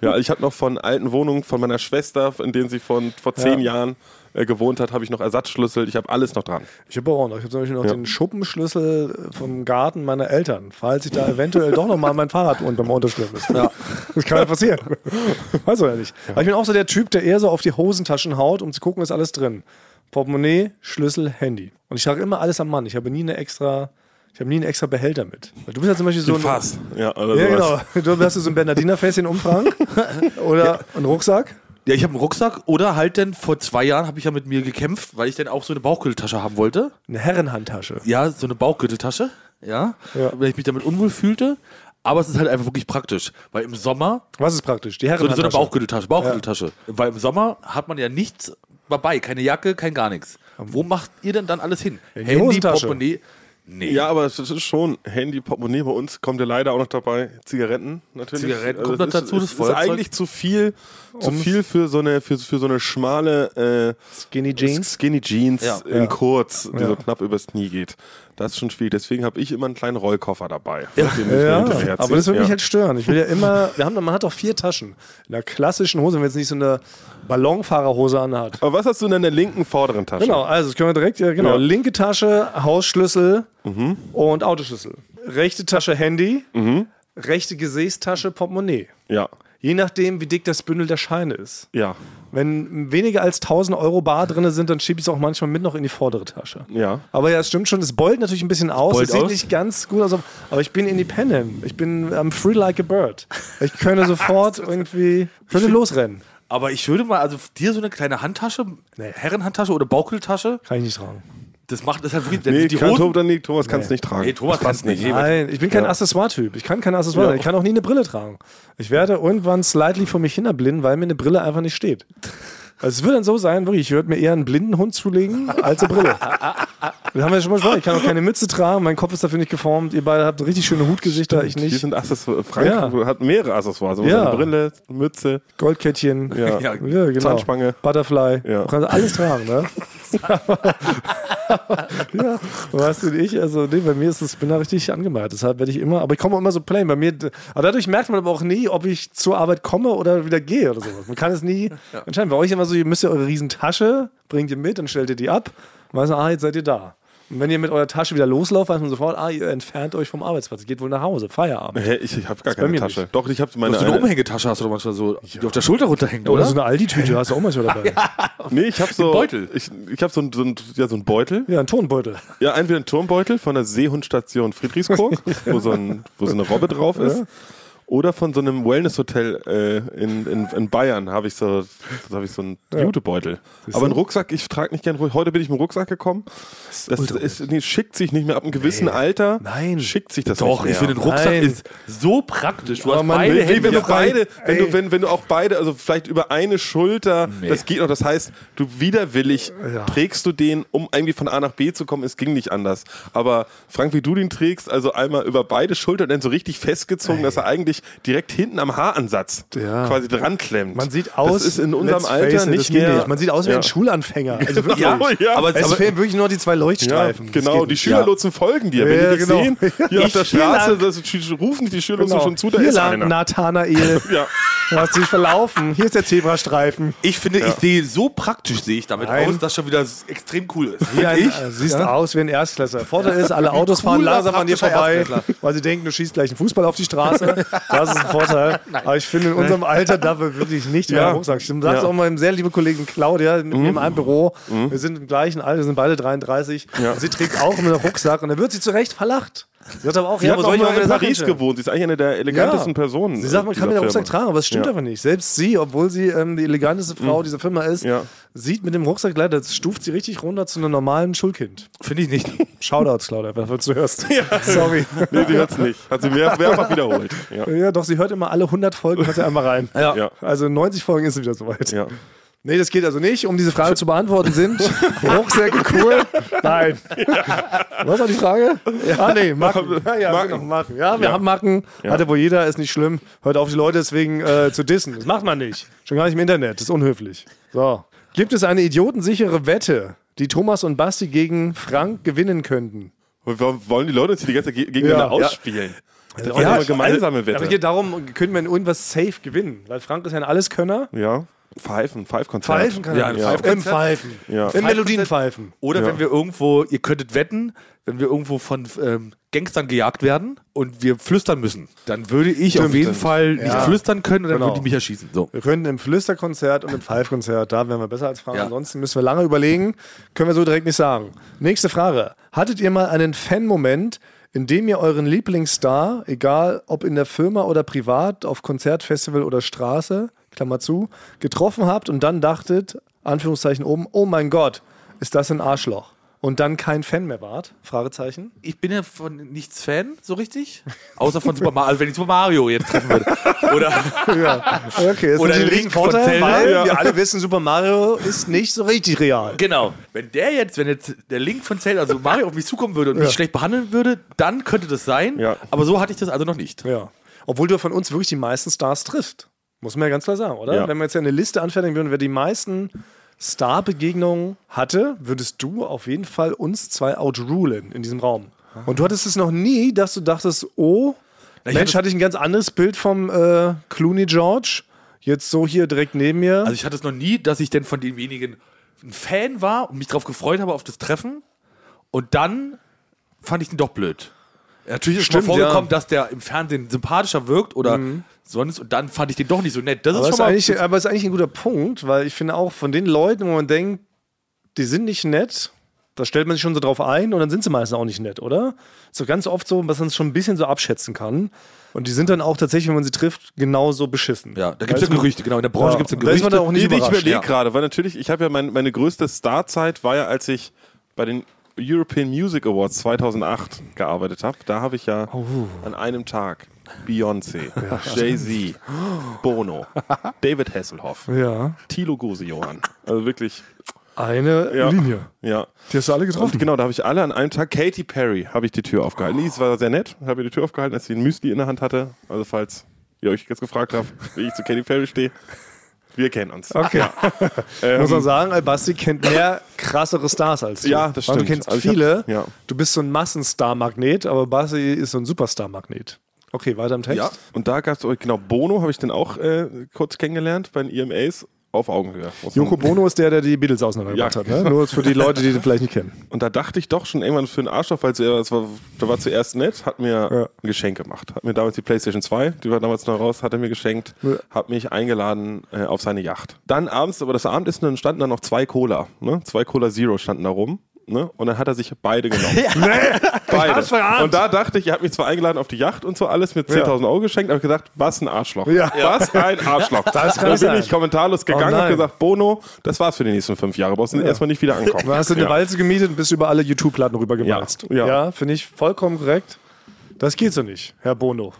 Speaker 3: ja, ich habe noch von alten Wohnungen von meiner Schwester, in denen sie von, vor zehn Jahren äh, gewohnt hat, habe ich noch Ersatzschlüssel. Ich habe alles noch dran.
Speaker 1: Ich habe auch noch. Ich habe zum Beispiel noch den Schuppenschlüssel äh, vom Garten meiner Eltern, falls ich da eventuell doch nochmal mein Fahrrad unterm Unterschlupf ist. Ja. Das kann ja passieren. Weiß man ja nicht. Aber ich bin auch so der Typ, der eher so auf die Hosentaschen haut, um zu gucken, ist alles drin. Portemonnaie, Schlüssel, Handy. Und ich trage immer alles am Mann. Ich habe nie eine extra, ich habe nie einen extra Behälter mit. Weil Du bist ja zum Beispiel so ein
Speaker 2: Fast.
Speaker 3: Ja, also oder
Speaker 1: Ja,
Speaker 3: sowas.
Speaker 1: genau. Du hast so ein Bernardinerfäschen umfragen oder einen Rucksack.
Speaker 2: Ja, ich habe einen Rucksack oder halt dann vor zwei Jahren habe ich ja mit mir gekämpft, weil ich dann auch so eine Bauchgürteltasche haben wollte.
Speaker 1: Eine Herrenhandtasche.
Speaker 2: Ja, so eine Bauchgürteltasche. Ja,
Speaker 1: Ja.
Speaker 2: Weil ich mich damit unwohl fühlte. Aber es ist halt einfach wirklich praktisch, weil im Sommer
Speaker 1: Was ist praktisch? Die
Speaker 2: so, so eine
Speaker 1: Herrenhandtasche.
Speaker 2: Bauchgürteltasche, Bauchgürteltasche. Weil im Sommer hat man ja nichts dabei, keine Jacke, kein gar nichts. Wo macht ihr denn dann alles hin?
Speaker 1: die Hosentasche.
Speaker 2: Portemonnaie? Nee.
Speaker 3: Ja, aber es ist schon Handy, Portemonnaie. Bei uns kommt ja leider auch noch dabei Zigaretten natürlich. Also
Speaker 2: Zigaretten kommt
Speaker 3: es
Speaker 2: noch
Speaker 3: ist-
Speaker 2: dazu, das
Speaker 3: Es ist
Speaker 2: Feuerzeug.
Speaker 3: eigentlich zu viel, zu viel für so eine, für, für so eine schmale äh,
Speaker 1: Skinny Jeans.
Speaker 3: Skinny Jeans
Speaker 2: Ja.
Speaker 3: in kurz, die
Speaker 1: Ja.
Speaker 3: so knapp übers Knie geht. Das ist schon schwierig. Deswegen habe ich immer einen kleinen Rollkoffer dabei. den ich mir
Speaker 1: Ja,
Speaker 3: hinterherzieh.
Speaker 1: aber das würde mich
Speaker 3: Ja.
Speaker 1: halt stören. Ich will ja immer, wir haben, doch- man hat doch vier Taschen. In der klassischen Hose, wenn man jetzt nicht so eine Ballonfahrerhose anhat.
Speaker 3: aber was hast du denn in der linken vorderen Tasche?
Speaker 1: Genau, also das können wir direkt, ja, Mhm. genau.
Speaker 3: Ja.
Speaker 1: Linke Tasche, Hausschlüssel und Autoschlüssel. Rechte Tasche, Handy. Rechte Gesäßtasche, Portemonnaie.
Speaker 3: Ja.
Speaker 1: Je nachdem, wie dick das Bündel der Scheine ist.
Speaker 3: Ja.
Speaker 1: Wenn weniger als 1000 Euro bar drin sind, dann schiebe ich es auch manchmal mit noch in die vordere Tasche.
Speaker 3: Ja.
Speaker 1: Aber ja, es stimmt schon, es beult natürlich ein bisschen aus.
Speaker 2: beult
Speaker 1: Es sieht
Speaker 2: aus?
Speaker 1: nicht ganz gut aus. Aber ich bin independent. Ich bin I'm free like a bird. Ich könnte sofort irgendwie könnte losrennen.
Speaker 2: Aber ich würde mal, also dir so eine kleine Handtasche, Herrenhandtasche oder Bauchgürteltasche,
Speaker 1: Kann ich nicht tragen.
Speaker 2: das macht das halt wirklich.
Speaker 3: Nee,
Speaker 2: die
Speaker 3: kann
Speaker 2: Hosen-
Speaker 3: Thomas, nee, Thomas kannst
Speaker 1: Nee.
Speaker 3: nicht tragen.
Speaker 2: Nee, Thomas
Speaker 3: Das passt
Speaker 2: kann's nicht. Nee,
Speaker 1: Nein, ich bin kein Accessoire-Typ. Ich kann kein Accessoire. sein. Ich kann auch nie eine Brille tragen. Ich werde irgendwann slightly vor mich hin erblinden, weil mir eine Brille einfach nicht steht. Also es würde dann so sein, wirklich, ich würde mir eher einen blinden Hund zulegen als eine Brille. Das haben wir ja schon mal gesprochen. Ich kann auch keine Mütze tragen, mein Kopf ist dafür nicht geformt. Ihr beide habt richtig schöne Hutgesichter, ich
Speaker 3: Hier
Speaker 1: nicht.
Speaker 3: sind Accessoires. Frank
Speaker 1: Ja.
Speaker 3: hat mehrere Accessoires. Also
Speaker 1: Ja.
Speaker 3: Brille, Mütze.
Speaker 1: Goldkettchen,
Speaker 3: Ja.
Speaker 1: Ja,
Speaker 2: Ja.
Speaker 1: genau.
Speaker 3: Zahnspange.
Speaker 1: Butterfly.
Speaker 3: Ja.
Speaker 1: Du kannst alles tragen, ne? ja, weißt du, und ich, also nee, bei mir ist das, bin da richtig angemalt. Deshalb werde ich immer, aber ich komme auch immer so plain. Bei mir, aber dadurch merkt man aber auch nie, ob ich zur Arbeit komme oder wieder gehe oder sowas. Man kann es nie entscheiden. Bei euch immer so, ihr müsst ja eure Riesentasche, bringt ihr mit, dann stellt ihr die ab und weiß man, ah, jetzt seid ihr da. Und wenn ihr mit eurer Tasche wieder loslauft, weiß man sofort, ah, ihr entfernt euch vom Arbeitsplatz, geht wohl nach Hause, Feierabend.
Speaker 3: Hä, ich ich habe gar
Speaker 1: bei
Speaker 3: keine
Speaker 1: mir
Speaker 3: Tasche.
Speaker 1: nicht.
Speaker 3: Doch, ich habe meine.
Speaker 2: So eine
Speaker 3: eine-
Speaker 2: Umhängetasche hast du doch manchmal so, die auf der Schulter runterhängt,
Speaker 1: Oder
Speaker 2: oder?
Speaker 1: so eine Aldi-Tüte hast du auch manchmal dabei.
Speaker 3: Nee, ich habe so.
Speaker 2: Beutel.
Speaker 3: Ich, ich habe so, ein- so, ein- ja, so einen Beutel.
Speaker 1: Ja, ein Tonbeutel.
Speaker 3: Ja, entweder einen Turmbeutel von der Seehundstation Friedrichsburg, wo, so ein, wo so eine Robbe drauf ist. Oder von so einem Wellnesshotel äh, in, in, in Bayern habe ich so, da hab ich so einen Jutebeutel. Aber einen Rucksack, ich trage nicht gern Rucksack. Heute bin ich mit dem Rucksack gekommen. Das
Speaker 1: ultra
Speaker 3: ist, nee, schickt sich nicht mehr ab einem gewissen Alter.
Speaker 1: Nein.
Speaker 3: Schickt sich das
Speaker 2: Doch, ich
Speaker 3: nicht mehr.
Speaker 2: finde, ein Rucksack
Speaker 1: Nein.
Speaker 2: ist so praktisch. Du hast
Speaker 1: man
Speaker 2: beide
Speaker 1: will-
Speaker 3: Nee,
Speaker 2: Hände
Speaker 3: wenn du
Speaker 2: frei.
Speaker 3: beide, wenn du, wenn, wenn du auch beide, also vielleicht über eine Schulter,
Speaker 2: Nee.
Speaker 3: das geht noch. Das heißt, du widerwillig
Speaker 1: Ja.
Speaker 3: trägst du den, um irgendwie von A nach B zu kommen. Es ging nicht anders. Aber Frank, wie du den trägst, also einmal über beide Schultern, dann so richtig festgezogen, dass er eigentlich direkt hinten am Haaransatz
Speaker 1: Ja.
Speaker 3: quasi dran klemmt.
Speaker 1: Man sieht aus,
Speaker 3: Das ist in unserem
Speaker 1: let's face
Speaker 3: Alter
Speaker 1: it, das
Speaker 3: nicht
Speaker 1: geht
Speaker 3: mehr.
Speaker 1: Man sieht aus wie
Speaker 3: Ja.
Speaker 1: ein Schulanfänger. Also wirklich.
Speaker 2: Ja,
Speaker 3: ja.
Speaker 2: aber,
Speaker 1: Es
Speaker 2: aber
Speaker 1: fehlen wirklich nur die zwei
Speaker 3: Ja,
Speaker 1: Leuchtstreifen. Das
Speaker 3: genau,
Speaker 1: geht
Speaker 3: die
Speaker 1: nicht.
Speaker 3: Schülerlotsen folgen dir.
Speaker 1: Ja,
Speaker 3: Wenn die dich
Speaker 1: genau.
Speaker 3: sehen, hier auf der
Speaker 1: Ich- hier
Speaker 3: Straße, das, rufen dich die Schülerlotsen
Speaker 1: Genau.
Speaker 3: schon zu, da
Speaker 1: Hier
Speaker 3: ist
Speaker 1: lang,
Speaker 3: einer.
Speaker 1: Nathanael.
Speaker 3: Ja.
Speaker 1: Du hast dich verlaufen. Hier ist der Zebrastreifen.
Speaker 2: ich finde, ich sehe so praktisch sehe ich damit
Speaker 1: Nein.
Speaker 2: aus, dass schon wieder s- extrem cool ist.
Speaker 1: Hier ein,
Speaker 2: ich?
Speaker 1: äh, siehst aus wie ein Erstklässler. Vorteil ist, alle Autos fahren
Speaker 2: cooler,
Speaker 1: langsam an dir
Speaker 2: praktischer
Speaker 1: vorbei,
Speaker 2: Erstklässler.
Speaker 1: weil sie denken, du schießt gleich einen Fußball auf die Straße. Das ist ein Vorteil. Aber ich finde, in unserem Alter darf man wirklich nicht über
Speaker 3: Ja.
Speaker 1: den Rucksack stimmen. Sag's
Speaker 3: Ja.
Speaker 1: auch meinem sehr lieben Kollegen Claudia mit mir in einem Büro. Wir sind im gleichen Alter, wir sind beide 33. Sie trägt auch immer einen Rucksack und dann wird sie zu Recht verlacht. Sie sagt aber auch,
Speaker 3: Sie
Speaker 1: ja,
Speaker 3: hat
Speaker 1: wo
Speaker 3: auch
Speaker 1: soll ich auch
Speaker 3: mal
Speaker 1: meine
Speaker 3: in
Speaker 1: Sachen
Speaker 3: Paris
Speaker 1: hinstellen?
Speaker 3: gewohnt. Sie ist eigentlich eine der elegantesten
Speaker 1: Ja.
Speaker 3: Personen.
Speaker 1: Sie sagt, man kann
Speaker 3: dieser
Speaker 1: mit dem Rucksack
Speaker 3: Firma.
Speaker 1: tragen, aber es stimmt
Speaker 3: Ja. Mhm.
Speaker 1: einfach nicht. Selbst sie, obwohl sie ähm, die eleganteste Frau dieser Firma ist,
Speaker 3: Ja.
Speaker 1: sieht mit dem Rucksack leider, das stuft sie richtig runter zu einem normalen Schulkind.
Speaker 2: Finde ich nicht.
Speaker 1: Shoutouts, Claudia, wenn du das hörst. Sorry.
Speaker 3: Nee, sie hört es nicht. Hat sie mehr, mehrfach wiederholt. Ja.
Speaker 1: Ja, doch, sie hört immer alle 100 Folgen, hört sie einmal rein.
Speaker 2: Ja.
Speaker 3: Ja.
Speaker 1: Also in 90 Folgen ist sie wieder soweit.
Speaker 3: Ja.
Speaker 1: Nee, das geht also nicht. Um diese Frage zu beantworten sind Rucksäcke cool? Nein. Was war die Frage? Ah, nee, Macken. Ja, ja, Macken. Noch Macken. ja wir haben Macken. Hatte wohl jeder, ist nicht schlimm. Hört auf, die Leute deswegen äh, zu dissen. Das macht man nicht. Schon gar nicht im Internet. Das ist unhöflich. So. Gibt es eine idiotensichere Wette, die Thomas und Basti gegen Frank gewinnen könnten?
Speaker 3: Und Warum wollen die Leute uns hier die ganze Zeit ge- gegeneinander
Speaker 1: Ja.
Speaker 3: ausspielen?
Speaker 1: Also
Speaker 3: auch eine gemeinsame Wette.
Speaker 1: Aber Also es geht darum, können wir in irgendwas safe gewinnen? Weil Frank ist ja ein Alleskönner.
Speaker 3: Ja. Pfeifen, Pfeifkonzert.
Speaker 1: Pfeifen kann
Speaker 2: Ja,
Speaker 1: er
Speaker 2: ein
Speaker 1: nicht.
Speaker 2: Pfeifkonzert.
Speaker 1: Im Pfeifen.
Speaker 3: Ja.
Speaker 1: In Melodien pfeifen.
Speaker 2: Oder
Speaker 3: Ja.
Speaker 2: wenn wir irgendwo, ihr könntet wetten, wenn wir irgendwo von ähm, Gangstern gejagt werden und wir flüstern müssen, dann würde ich auf jeden Fall nicht
Speaker 1: Ja.
Speaker 2: flüstern können und dann
Speaker 1: Genau.
Speaker 2: würden die mich erschießen. So.
Speaker 1: Wir können im Flüsterkonzert und im Pfeifkonzert, da wären wir besser als Frank.
Speaker 2: Ja.
Speaker 1: Ansonsten müssen wir lange überlegen, können wir so direkt nicht sagen. Nächste Frage. Hattet ihr mal einen Fan-Moment, in dem ihr euren Lieblingsstar, egal ob in der Firma oder privat, auf Konzert, Festival oder Straße, Klammer zu, getroffen habt und dann dachtet, Anführungszeichen oben, oh mein Gott, ist das ein Arschloch? Und dann kein Fan mehr wart? Fragezeichen.
Speaker 2: Ich bin ja von nichts Fan, so richtig. Außer von Super Mario, also wenn ich Super Mario jetzt treffen würde. Oder
Speaker 1: Okay, das
Speaker 2: Oder
Speaker 1: ist ein
Speaker 2: Link von
Speaker 1: Riesenvorteil,
Speaker 2: Zelda.
Speaker 1: weil
Speaker 2: Ja.
Speaker 1: wir alle wissen, Super Mario ist nicht so richtig real.
Speaker 2: genau. Wenn der jetzt, wenn jetzt der Link von Zelda, also Mario auf mich zukommen würde und mich schlecht behandeln würde, dann könnte das sein.
Speaker 3: Ja.
Speaker 2: Aber so hatte ich das also noch nicht.
Speaker 1: Ja. Obwohl du von uns wirklich die meisten Stars trifft. Muss man ja ganz klar sagen, oder?
Speaker 3: Ja.
Speaker 1: Wenn wir jetzt ja eine Liste anfertigen würden, wer die meisten Starbegegnungen hatte, würdest du auf jeden Fall uns zwei outrulen in diesem Raum. Und du hattest es noch nie, dass du dachtest, oh,
Speaker 2: Ah. ich
Speaker 1: Mensch,
Speaker 2: hatte-
Speaker 1: hatte ich ein ganz anderes Bild vom äh, Clooney George. Jetzt so hier direkt neben mir.
Speaker 2: Also ich hatte es noch nie, dass ich denn von demjenigen ein Fan war und mich darauf gefreut habe auf das Treffen und dann fand ich ihn doch blöd. Natürlich ist
Speaker 1: Stimmt,
Speaker 2: schon mal
Speaker 1: ja.
Speaker 2: vorgekommen,
Speaker 1: Mhm.
Speaker 2: dass der im Fernsehen sympathischer wirkt oder sonst und dann fand ich den doch nicht so nett. Das
Speaker 1: aber,
Speaker 2: ist
Speaker 1: ist
Speaker 2: schon mal
Speaker 1: eigentlich, aber ist eigentlich ein guter Punkt, weil ich finde auch von den Leuten, wo man denkt, die sind nicht nett, da stellt man sich schon so drauf ein und dann sind sie meistens auch nicht nett, oder? Ist doch ganz oft so, dass man es schon ein bisschen so abschätzen kann. Und die sind dann auch tatsächlich, wenn man sie trifft, genauso beschissen.
Speaker 2: ja, da gibt es ja
Speaker 1: Weißt du?
Speaker 2: Gerüchte, genau. In der Branche
Speaker 1: äh, Ja,
Speaker 2: gibt es ja
Speaker 1: da ist
Speaker 2: Gerüchte.
Speaker 1: man dann auch nicht
Speaker 3: Nee, ich
Speaker 1: überrascht.
Speaker 3: überlege
Speaker 2: ja.
Speaker 3: gerade, weil natürlich, ich habe ja mein, meine größte Starzeit war ja, als ich bei den European Music Awards 2008 gearbeitet habe. Da habe ich ja
Speaker 1: Oh.
Speaker 3: an einem Tag Beyoncé, Jay-Z, Bono, David Hasselhoff,
Speaker 1: Ja,
Speaker 3: Thilo Gosejohann. Also wirklich,
Speaker 1: eine
Speaker 3: Ja.
Speaker 1: Linie.
Speaker 3: ja.
Speaker 1: Die hast du alle
Speaker 3: Und
Speaker 1: getroffen.
Speaker 3: genau, da habe ich alle an einem Tag. Katy Perry habe ich die Tür aufgehalten. Die war sehr nett. Habe ihr die Tür aufgehalten, als sie ein Müsli in der Hand hatte. Also falls ihr euch jetzt gefragt habt, wie ich zu Katy Perry stehe, wir kennen uns. Ähm,
Speaker 1: Okay. Muss man sagen, äh, Basti kennt mehr krassere Stars als du.
Speaker 3: Ja, das
Speaker 1: Weil Du
Speaker 3: stimmt.
Speaker 1: kennst
Speaker 3: Also ich hab-
Speaker 1: viele.
Speaker 3: ja.
Speaker 1: Du bist so ein Massenstar-Magnet, aber Basti ist so ein Superstar-Magnet. Okay, weiter im Text.
Speaker 2: Ja.
Speaker 3: Und da gab es, genau, Bono habe ich dann auch äh, kurz kennengelernt bei den EMAs auf Augenhöhe. muss man-
Speaker 1: Joko Bono ist der, der die Beatles auseinandergebracht
Speaker 3: Ja,
Speaker 1: hat. Ne? Nur für die Leute, die den vielleicht nicht kennen.
Speaker 3: Und da dachte ich doch schon irgendwann für einen Arschloch, weil er war, der war zuerst nett, hat mir
Speaker 1: Ja.
Speaker 3: ein Geschenk gemacht. Hat mir damals die Playstation 2, die war damals noch raus, hat er mir geschenkt,
Speaker 1: Ja.
Speaker 3: hat mich eingeladen äh, auf seine Yacht. Dann abends, aber das Abendessen, dann standen da noch zwei Cola, ne? zwei Cola Zero standen da rum. Ne? Und dann hat er sich beide genommen. Ne? beide. Und da dachte ich, er hat mich zwar eingeladen auf die Yacht und so alles mit 10.000 Euro geschenkt, aber ich gedacht, was ein Arschloch.
Speaker 1: Ja.
Speaker 3: Was ein Arschloch.
Speaker 1: Das kann
Speaker 3: dann bin
Speaker 1: sein.
Speaker 3: ich kommentarlos gegangen
Speaker 1: Oh
Speaker 3: und
Speaker 1: nein.
Speaker 3: gesagt, Bono, das war's für die nächsten fünf Jahre. Brauchst du erstmal nicht wieder ankommen.
Speaker 1: Da hast du eine
Speaker 3: Ja.
Speaker 1: Walze gemietet und bist über alle YouTube-Platten rübergewalzt.
Speaker 3: Ja, ja.
Speaker 1: finde ich vollkommen korrekt. Das geht so nicht, Herr Bono.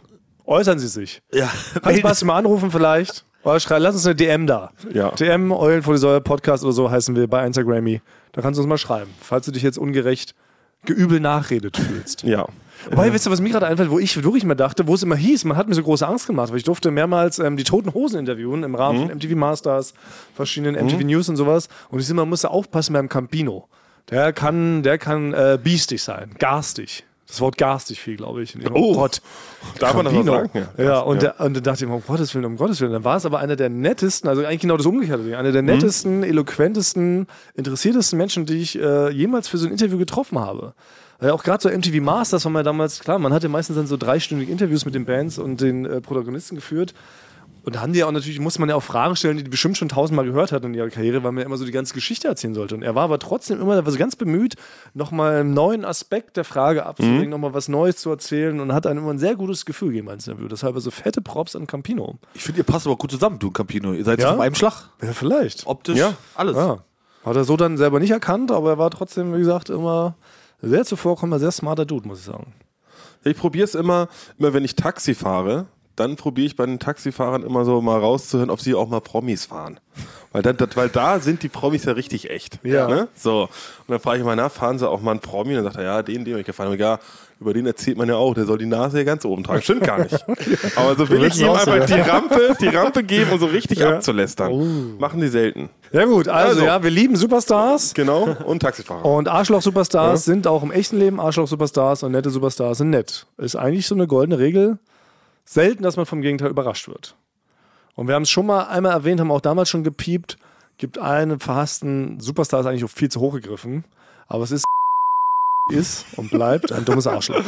Speaker 1: Äußern Sie sich.
Speaker 2: Ja.
Speaker 1: Kannst du Basti mal anrufen vielleicht? Oder schrei, lass uns eine DM da.
Speaker 3: Ja.
Speaker 1: DM, Eulen vor die Säule Podcast oder so heißen wir bei Instagrammy. Da kannst du uns mal schreiben, falls du dich jetzt ungerecht geübel nachredet fühlst.
Speaker 3: Ja.
Speaker 1: Wobei, wisst ihr, was mir gerade einfällt, wo ich wirklich mal dachte, wo es immer hieß, man hat mir so große Angst gemacht, weil ich durfte mehrmals ähm, die Toten Hosen interviewen im
Speaker 3: Mhm.
Speaker 1: Rahmen von MTV Masters, verschiedenen MTV News und sowas. Und ich immer musste aufpassen beim Campino. Der kann, der kann äh, biestig sein, garstig. Das Wort garstig viel, glaube ich. in dem-
Speaker 3: Oh.
Speaker 1: Gott.
Speaker 3: Darf man das
Speaker 1: Campino.
Speaker 3: mal sagen?
Speaker 1: Ja, und, Der, und dann dachte ich mir, um Gottes Willen, um Gottes Willen. Dann war es aber einer der nettesten, also eigentlich genau das Umgekehrte, Ding,
Speaker 3: Mhm.
Speaker 1: einer der nettesten, eloquentesten, interessiertesten Menschen, die ich äh, jemals für so ein Interview getroffen habe. Weil auch gerade so MTV Masters waren wir damals, klar, man hatte meistens dann so dreistündige Interviews mit den Bands und den äh, Protagonisten geführt. Und da haben die ja auch natürlich, muss man ja auch Fragen stellen, die die bestimmt schon tausendmal gehört hat in ihrer Karriere, weil man ja immer so die ganze Geschichte erzählen sollte. Und er war aber trotzdem immer da war so ganz bemüht, nochmal einen neuen Aspekt der Frage abzudenken, nochmal was Neues zu erzählen und hat einem immer ein sehr gutes Gefühl gegeben als Interview. Deshalb also fette Props an Campino.
Speaker 2: Ich finde, ihr passt aber gut zusammen, du und Campino. Ihr seid
Speaker 1: Ja?
Speaker 2: von einem Schlag.
Speaker 1: Ja, vielleicht.
Speaker 2: Optisch,
Speaker 3: Ja.
Speaker 2: alles.
Speaker 1: Ja. Hat er so dann selber nicht erkannt, aber er war trotzdem, wie gesagt, immer sehr zuvorkommender, sehr smarter Dude, muss ich sagen.
Speaker 3: Ich probiere es immer, immer wenn ich Taxi fahre, dann probiere ich bei den Taxifahrern immer so mal rauszuhören, ob sie auch mal Promis fahren. Weil da, das- weil da sind die Promis ja richtig echt.
Speaker 1: Ja.
Speaker 3: Ne? So. Und dann frage ich mal nach, fahren sie auch mal einen Promi? Und dann sagt er, ja, den, den hab ich gefahren habe. Ja, über den erzählt man ja auch, der soll die Nase ja ganz oben tragen. Stimmt gar nicht. Aber so will ich
Speaker 1: wissen
Speaker 3: ihm
Speaker 1: auch so,
Speaker 3: einfach
Speaker 1: ja.
Speaker 3: die Rampe, die Rampe geben und so richtig abzulästern. Machen die selten.
Speaker 1: Ja gut, also,
Speaker 3: Also.
Speaker 1: ja, wir lieben Superstars.
Speaker 3: Genau. Und Taxifahrer.
Speaker 1: Und Arschloch-Superstars sind auch im echten Leben Arschloch-Superstars und nette Superstars sind nett. Ist eigentlich so eine goldene Regel. Selten, dass man vom Gegenteil überrascht wird. Und wir haben es schon mal einmal erwähnt, haben auch damals schon gepiept, gibt einen verhassten Superstar ist eigentlich auch viel zu hoch gegriffen. Aber es ist ist und bleibt ein dummes Arschloch.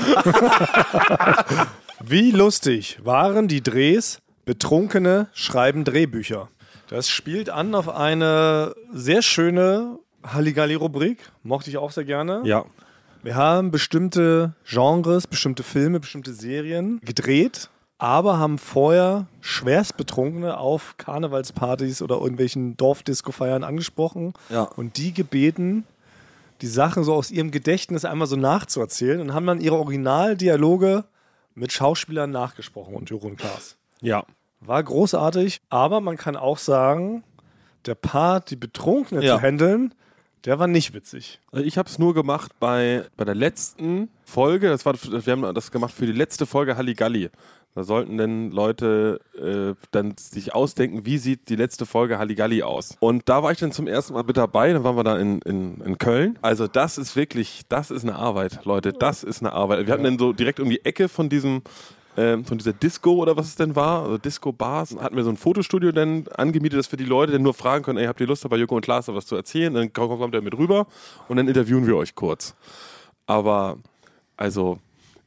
Speaker 1: Wie lustig waren die Drehs? Betrunkene schreiben Drehbücher. Das spielt an auf eine sehr schöne Halligalli-Rubrik. Mochte ich auch sehr gerne.
Speaker 3: ja.
Speaker 1: Wir haben bestimmte Genres, bestimmte Filme, bestimmte Serien gedreht, aber haben vorher schwerstbetrunkene auf Karnevalspartys oder irgendwelchen Dorfdisco-Feiern angesprochen
Speaker 2: Ja.
Speaker 1: und die gebeten, die Sachen so aus ihrem Gedächtnis einmal so nachzuerzählen und haben dann ihre Originaldialoge mit Schauspielern nachgesprochen und Jürgen Klaas.
Speaker 3: Ja.
Speaker 1: War großartig, aber man kann auch sagen, der Part, die Betrunkene
Speaker 2: Ja.
Speaker 1: zu handeln, der war nicht witzig.
Speaker 3: Also ich habe es nur gemacht bei, bei der letzten Folge. Das war, wir haben das gemacht für die letzte Folge Halligalli. Da sollten denn Leute äh, dann sich ausdenken, wie sieht die letzte Folge Halligalli aus. Und da war ich dann zum ersten Mal mit dabei. Dann waren wir da in, in, in Köln. Also das ist wirklich, das ist eine Arbeit, Leute. Das ist eine Arbeit. Wir hatten dann so direkt um die Ecke von diesem ähm, von dieser Disco oder was es denn war, also Disco-Bars, hatten wir so ein Fotostudio dann angemietet, dass wir die Leute dann nur fragen können, ey, habt ihr Lust, da bei Joko und Klaas da was zu erzählen? Dann kommt kommt er mit rüber und dann interviewen wir euch kurz. Aber also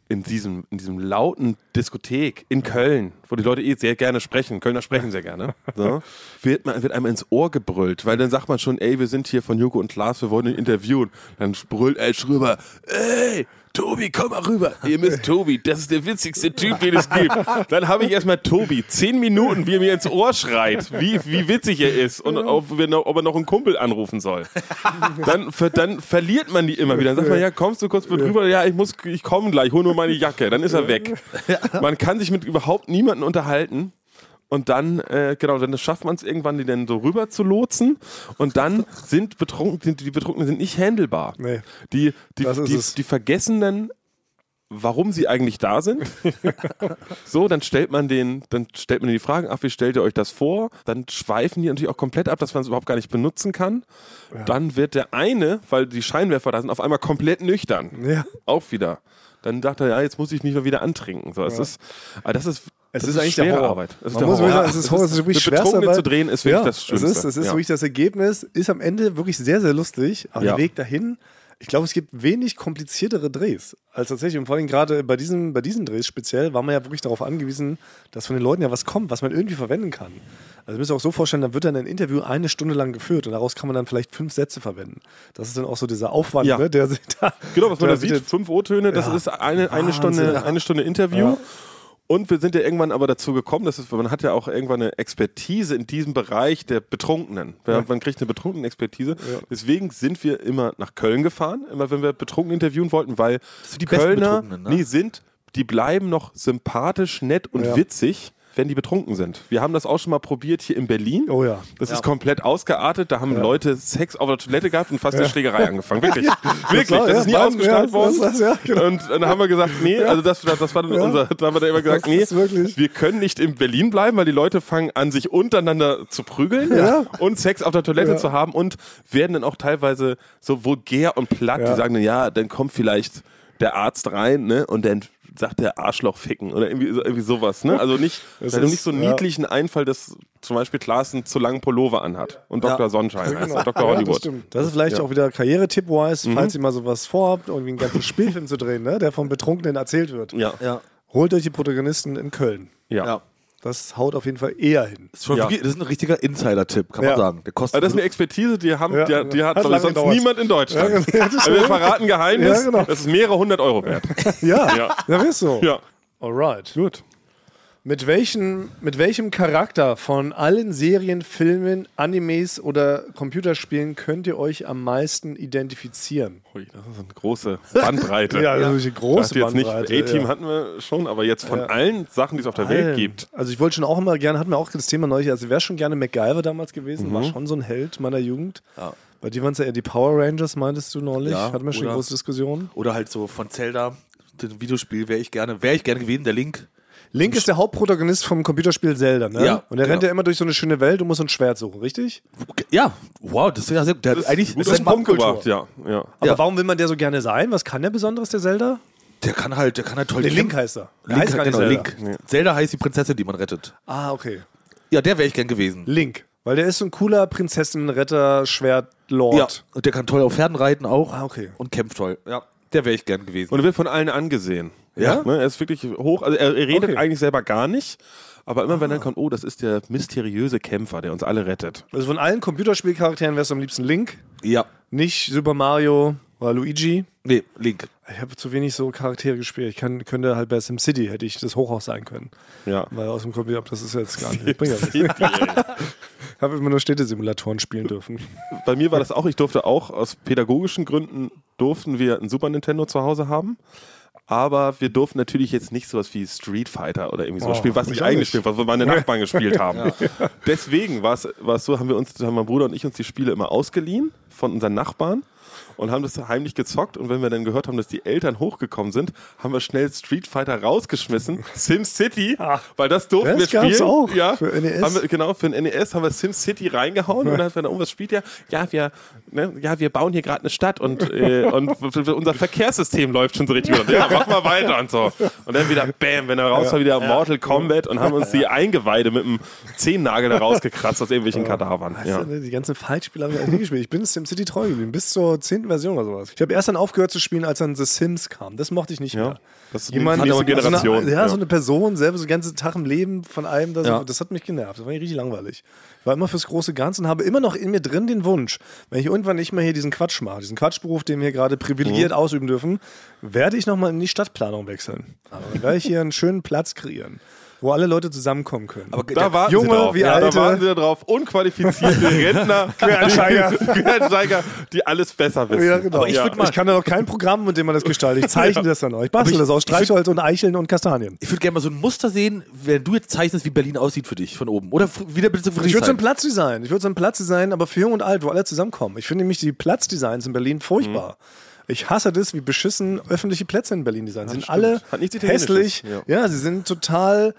Speaker 3: in diesem, in diesem lauten Diskothek in Köln, wo die Leute eh sehr gerne sprechen, Kölner sprechen sehr gerne, so, wird, man, wird einem ins Ohr gebrüllt, weil dann sagt man schon, ey, wir sind hier von Joko und Klaas, wir wollen ihn interviewen. Dann brüllt Edge rüber, ey, Tobi, komm mal rüber. Ihr müsst Tobi, das ist der witzigste Typ, den es gibt. Dann habe ich erstmal Tobi, zehn Minuten, wie er mir ins Ohr schreit, wie, wie witzig er ist und ob, wir noch, ob er noch einen Kumpel anrufen soll dann, ver, dann verliert man die immer wieder. Dann sagt man, ja, kommst du kurz mit rüber? Ja, ich muss, ich komme gleich, hol nur meine Jacke. Dann ist er weg. Man kann sich mit überhaupt niemanden unterhalten. Und dann, äh, genau, dann schafft man es irgendwann, die dann so rüber zu lotsen. Und dann sind betrunken, sind, die Betrunkenen sind nicht handelbar.
Speaker 1: Nee.
Speaker 3: Die, die,
Speaker 1: Das ist
Speaker 3: die,
Speaker 1: es.
Speaker 3: die vergessen dann, warum sie eigentlich da sind. So, dann stellt man den, dann stellt man die Fragen, ach, wie stellt ihr euch das vor? Dann schweifen die natürlich auch komplett ab, dass man es überhaupt gar nicht benutzen kann. Dann wird der eine, weil die Scheinwerfer da sind, auf einmal komplett nüchtern.
Speaker 1: Ja.
Speaker 3: Auch wieder. Dann dachte er, ja, jetzt muss ich mich mal wieder antrinken. So, es ist, aber das ist,
Speaker 1: Es
Speaker 3: das
Speaker 1: ist eigentlich der
Speaker 3: schwere
Speaker 1: Horror.
Speaker 3: Arbeit. Das
Speaker 1: Man muss
Speaker 3: Horror.
Speaker 1: wirklich sagen, es ist Horror, es ist wirklich
Speaker 3: mit
Speaker 1: schwerste
Speaker 3: Betrunkenen
Speaker 1: Arbeit.
Speaker 3: zu drehen ist wirklich
Speaker 1: ja,
Speaker 3: das Schlimmste.
Speaker 1: Es ist, es ist
Speaker 3: ja.
Speaker 1: wirklich das Ergebnis, ist am Ende wirklich sehr, sehr lustig. Aber
Speaker 3: Ja.
Speaker 1: der Weg dahin, ich glaube, es gibt wenig kompliziertere Drehs als tatsächlich. Und vor allem gerade bei diesen, bei diesen Drehs speziell war man ja wirklich darauf angewiesen, dass von den Leuten ja was kommt, was man irgendwie verwenden kann. Also ihr müsst ihr auch so vorstellen, dann wird dann ein Interview eine Stunde lang geführt und daraus kann man dann vielleicht fünf Sätze verwenden. Das ist dann auch so dieser Aufwand,
Speaker 3: Ja.
Speaker 1: ne, der sich da.
Speaker 3: Genau, was man
Speaker 1: der
Speaker 3: da
Speaker 1: sich
Speaker 3: sieht,
Speaker 1: jetzt-
Speaker 3: fünf O-Töne, das
Speaker 1: Ja.
Speaker 3: ist eine, eine,
Speaker 1: Wahnsinn.
Speaker 3: Stunde, eine Stunde Interview.
Speaker 1: Ja.
Speaker 3: Und wir sind ja irgendwann aber dazu gekommen, dass es, man hat ja auch irgendwann eine Expertise in diesem Bereich der Betrunkenen. Ja, Man kriegt eine Betrunkenen-Expertise. Deswegen sind wir immer nach Köln gefahren, immer wenn wir Betrunkene interviewen wollten, weil
Speaker 2: sind die besten
Speaker 3: Kölner
Speaker 2: Betrunkenen, ne?
Speaker 3: nee, sind, die bleiben noch sympathisch, nett und
Speaker 1: Ja.
Speaker 3: witzig, wenn die betrunken sind. Wir haben das auch schon mal probiert hier in Berlin.
Speaker 1: Oh ja.
Speaker 3: Das ist komplett ausgeartet. Da haben Leute Sex auf der Toilette gehabt und fast eine Schlägerei angefangen. Wirklich. Wirklich.
Speaker 1: klar,
Speaker 3: das
Speaker 1: ja,
Speaker 3: ist nie
Speaker 1: beim-
Speaker 3: ausgestrahlt
Speaker 1: ja,
Speaker 3: worden.
Speaker 1: das- das- ja, genau.
Speaker 3: Und dann haben wir gesagt, nee, also das, das, das war dann unser, da haben wir dann immer gesagt,
Speaker 1: Das ist
Speaker 3: nee,
Speaker 1: wirklich-
Speaker 3: wir können nicht in Berlin bleiben, weil die Leute fangen an, sich untereinander zu prügeln
Speaker 1: Ja.
Speaker 3: und Sex auf der Toilette
Speaker 1: Ja.
Speaker 3: zu haben und werden dann auch teilweise so vulgär und platt.
Speaker 1: Ja.
Speaker 3: Die sagen dann, ja, dann kommt vielleicht der Arzt rein, ne, und dann sagt der Arschloch ficken oder irgendwie, so- irgendwie sowas, ne? Also nicht,
Speaker 1: Es
Speaker 3: also
Speaker 1: ist-
Speaker 3: nicht so
Speaker 1: ja.
Speaker 3: niedlichen Einfall, dass zum Beispiel Klaassen zu langen Pullover anhat und Dr. Sonnenschein heißt er, Dr.
Speaker 1: Genau. Ja, das,
Speaker 3: Hollywood. Mhm.
Speaker 1: stimmt. das ist vielleicht auch wieder Karriere-Tipp-wise, falls ihr mal sowas vorhabt, irgendwie einen ganzen Spielfilm zu drehen, ne, der vom Betrunkenen erzählt wird.
Speaker 3: Ja, ja.
Speaker 2: Ja.
Speaker 1: Holt euch die Protagonisten in Köln.
Speaker 2: ja.
Speaker 1: Das haut auf jeden Fall eher hin.
Speaker 2: Ist schon
Speaker 3: Ja.
Speaker 2: wirklich, das ist ein richtiger Insider-Tipp, kann
Speaker 1: Ja.
Speaker 2: man sagen. Der kostet
Speaker 3: Also das ist eine Expertise, die, haben,
Speaker 1: Ja.
Speaker 3: die, die hat,
Speaker 1: Hat
Speaker 3: glaub ich,
Speaker 1: lange
Speaker 3: sonst
Speaker 1: gedauert.
Speaker 3: niemand in Deutschland.
Speaker 1: Ja, genau.
Speaker 3: also wir verraten ein Geheimnis,
Speaker 1: Ja, genau.
Speaker 3: das ist mehrere hundert Euro wert.
Speaker 1: Ja,
Speaker 3: Ja.
Speaker 1: das ist so.
Speaker 3: Ja.
Speaker 1: Alright.
Speaker 3: Gut.
Speaker 1: Mit welchem, mit welchem Charakter von allen Serien, Filmen, Animes oder Computerspielen könnt ihr euch am meisten identifizieren?
Speaker 3: Ui, das ist eine große Bandbreite.
Speaker 1: Ja, das ist eine große
Speaker 3: Ich dachte jetzt
Speaker 1: Bandbreite,
Speaker 3: nicht, A-Team
Speaker 1: ja.
Speaker 3: hatten wir schon, aber jetzt von allen Sachen, die es auf der Welt gibt.
Speaker 1: Also ich wollte schon auch immer gerne, hatten wir auch das Thema neulich, also wäre schon gerne MacGyver damals gewesen, war schon so ein Held meiner Jugend. Bei dir waren es ja eher die Power Rangers, meintest du neulich.
Speaker 2: Ja,
Speaker 1: Hatten wir schon
Speaker 2: oder-
Speaker 1: große Diskussionen.
Speaker 2: Oder halt so von Zelda, das Videospiel wäre ich gerne, wäre ich gerne gewesen, der Link.
Speaker 1: Link ist der Hauptprotagonist vom Computerspiel Zelda, ne?
Speaker 2: Ja,
Speaker 1: Und er rennt
Speaker 2: genau.
Speaker 1: ja immer durch so eine schöne Welt und muss ein Schwert suchen, richtig?
Speaker 2: Okay, Ja, wow, das ist ja sehr, der hat eigentlich
Speaker 3: Gut
Speaker 2: ist ein Mann,
Speaker 1: Popkultur.
Speaker 3: umgebracht, ja. ja.
Speaker 1: Aber
Speaker 2: Ja.
Speaker 1: warum will man der so gerne sein? Was kann der Besonderes, der Zelda?
Speaker 2: der kann halt, der kann halt toll
Speaker 1: Der Link
Speaker 2: kämpfen.
Speaker 1: heißt er. Der
Speaker 2: Link,
Speaker 1: heißt gar nicht
Speaker 2: genau,
Speaker 1: Zelda.
Speaker 2: Link. Zelda heißt die Prinzessin, die man rettet.
Speaker 1: Ah, okay.
Speaker 2: Ja, der wäre ich gern gewesen.
Speaker 1: Link. Weil der ist so ein cooler Prinzessinnenretter, Schwertlord.
Speaker 2: Ja, und der kann toll auf Pferden reiten auch.
Speaker 1: Ah, okay.
Speaker 2: Und kämpft toll. Ja, der wäre ich gern gewesen.
Speaker 3: Und er wird von allen angesehen.
Speaker 2: Ja?
Speaker 3: Ne? Er ist wirklich hoch. Also er, er redet
Speaker 1: Okay. Ah.
Speaker 3: eigentlich selber gar nicht. Aber immer wenn dann kommt, oh, das ist der mysteriöse Kämpfer, der uns alle rettet.
Speaker 1: Also von allen Computerspielcharakteren wärst du am liebsten Link.
Speaker 2: Ja.
Speaker 1: Nicht Super Mario oder Luigi.
Speaker 2: Nee, Link.
Speaker 1: Ich habe zu wenig so Charaktere gespielt. Ich kann, könnte halt bei SimCity hätte ich das Hochhaus sein können.
Speaker 3: Ja.
Speaker 1: Weil aus dem Computer, das ist jetzt gar nicht. Ich bringe ja nichts. Ich habe immer nur Städtesimulatoren spielen dürfen.
Speaker 3: Bei mir war das auch, ich durfte auch aus pädagogischen Gründen durften wir ein Super Nintendo zu Hause haben. Aber wir durften natürlich jetzt nicht sowas wie Street Fighter oder irgendwie sowas
Speaker 1: Oh,
Speaker 3: spielen, was
Speaker 1: ich
Speaker 3: ich
Speaker 1: auch
Speaker 3: eigentlich
Speaker 1: nicht.
Speaker 3: spiele, was meine Nachbarn gespielt haben. Deswegen war es war es so, haben wir uns, haben mein Bruder und ich uns die Spiele immer ausgeliehen von unseren Nachbarn und haben das heimlich gezockt. Und wenn wir dann gehört haben, dass die Eltern hochgekommen sind, haben wir schnell Street Fighter rausgeschmissen, SimCity, weil das durften
Speaker 1: Ah. Das
Speaker 3: wir
Speaker 1: gab's
Speaker 3: spielen.
Speaker 1: auch
Speaker 3: ja,
Speaker 1: für E NES.
Speaker 3: Haben wir, genau, für den NES haben wir SimCity reingehauen und dann hat man da, oh, was spielt ihr? Ja, wir, ne, ja, wir bauen hier gerade eine Stadt und, äh, und unser Verkehrssystem läuft schon so richtig. Und, ja, mach mal weiter und so. Und dann wieder, bam, wenn er raus war, wieder Mortal Kombat und haben uns die Eingeweide mit einem Zehennagel da rausgekratzt aus irgendwelchen Kadavern. Ja.
Speaker 1: Weißt du, ne, Die ganzen Fight-Spiele habe ich eigentlich nie gespielt. Ich bin SimCity treu geblieben, bis zur 10. Version oder sowas. Ich habe erst dann aufgehört zu spielen, als dann The Sims kam. Das mochte ich nicht mehr.
Speaker 3: das ist die nächste
Speaker 1: So eine,
Speaker 3: Generation,
Speaker 1: ja,
Speaker 3: ja.
Speaker 1: so eine Person, selber so den ganzen Tag im Leben von allem. Das,
Speaker 2: Ja.
Speaker 1: das hat mich genervt. Das war richtig langweilig. Ich war immer fürs große Ganze und habe immer noch in mir drin den Wunsch, wenn ich irgendwann nicht mehr hier diesen Quatsch mache, diesen Quatschberuf, den wir gerade
Speaker 3: Mhm.
Speaker 1: privilegiert ausüben dürfen, werde ich nochmal in die Stadtplanung wechseln. Aber dann werde ich hier einen schönen Platz kreieren, wo alle Leute zusammenkommen können.
Speaker 2: Aber
Speaker 3: Da
Speaker 2: der-
Speaker 3: warten
Speaker 1: Junge
Speaker 3: sie drauf.
Speaker 1: wie
Speaker 3: ja,
Speaker 1: alte.
Speaker 3: Da warten sie drauf. Unqualifizierte Rentner, Quereinsteiger, Quereinsteiger, die alles besser wissen.
Speaker 1: Ja, genau.
Speaker 2: Aber ich
Speaker 1: ja.
Speaker 2: würd mal-
Speaker 1: ich kann da noch kein Programm, mit dem man das gestaltet. Ich zeichne das dann auch. Ich bastel
Speaker 2: ich-
Speaker 1: das aus
Speaker 2: ich würd-
Speaker 1: Streichholz und Eicheln und Kastanien.
Speaker 2: Ich würde gerne mal so ein Muster sehen, wenn du jetzt zeichnest, wie Berlin aussieht für dich von oben. Oder f- wieder bitte für
Speaker 1: Ich
Speaker 2: dich
Speaker 1: würde so ein
Speaker 2: zeigen.
Speaker 1: Platzdesign. Ich würde so ein Platzdesign, aber für jung und alt, wo alle zusammenkommen. Ich finde nämlich die Platzdesigns in Berlin furchtbar. Ich hasse das, wie beschissen öffentliche Plätze in Berlin designen. Sie sind
Speaker 3: Mhm. stimmt.
Speaker 1: alle
Speaker 3: Hat nichts Italienisches.
Speaker 1: hässlich.
Speaker 3: Ja.
Speaker 1: Ja. sie sind total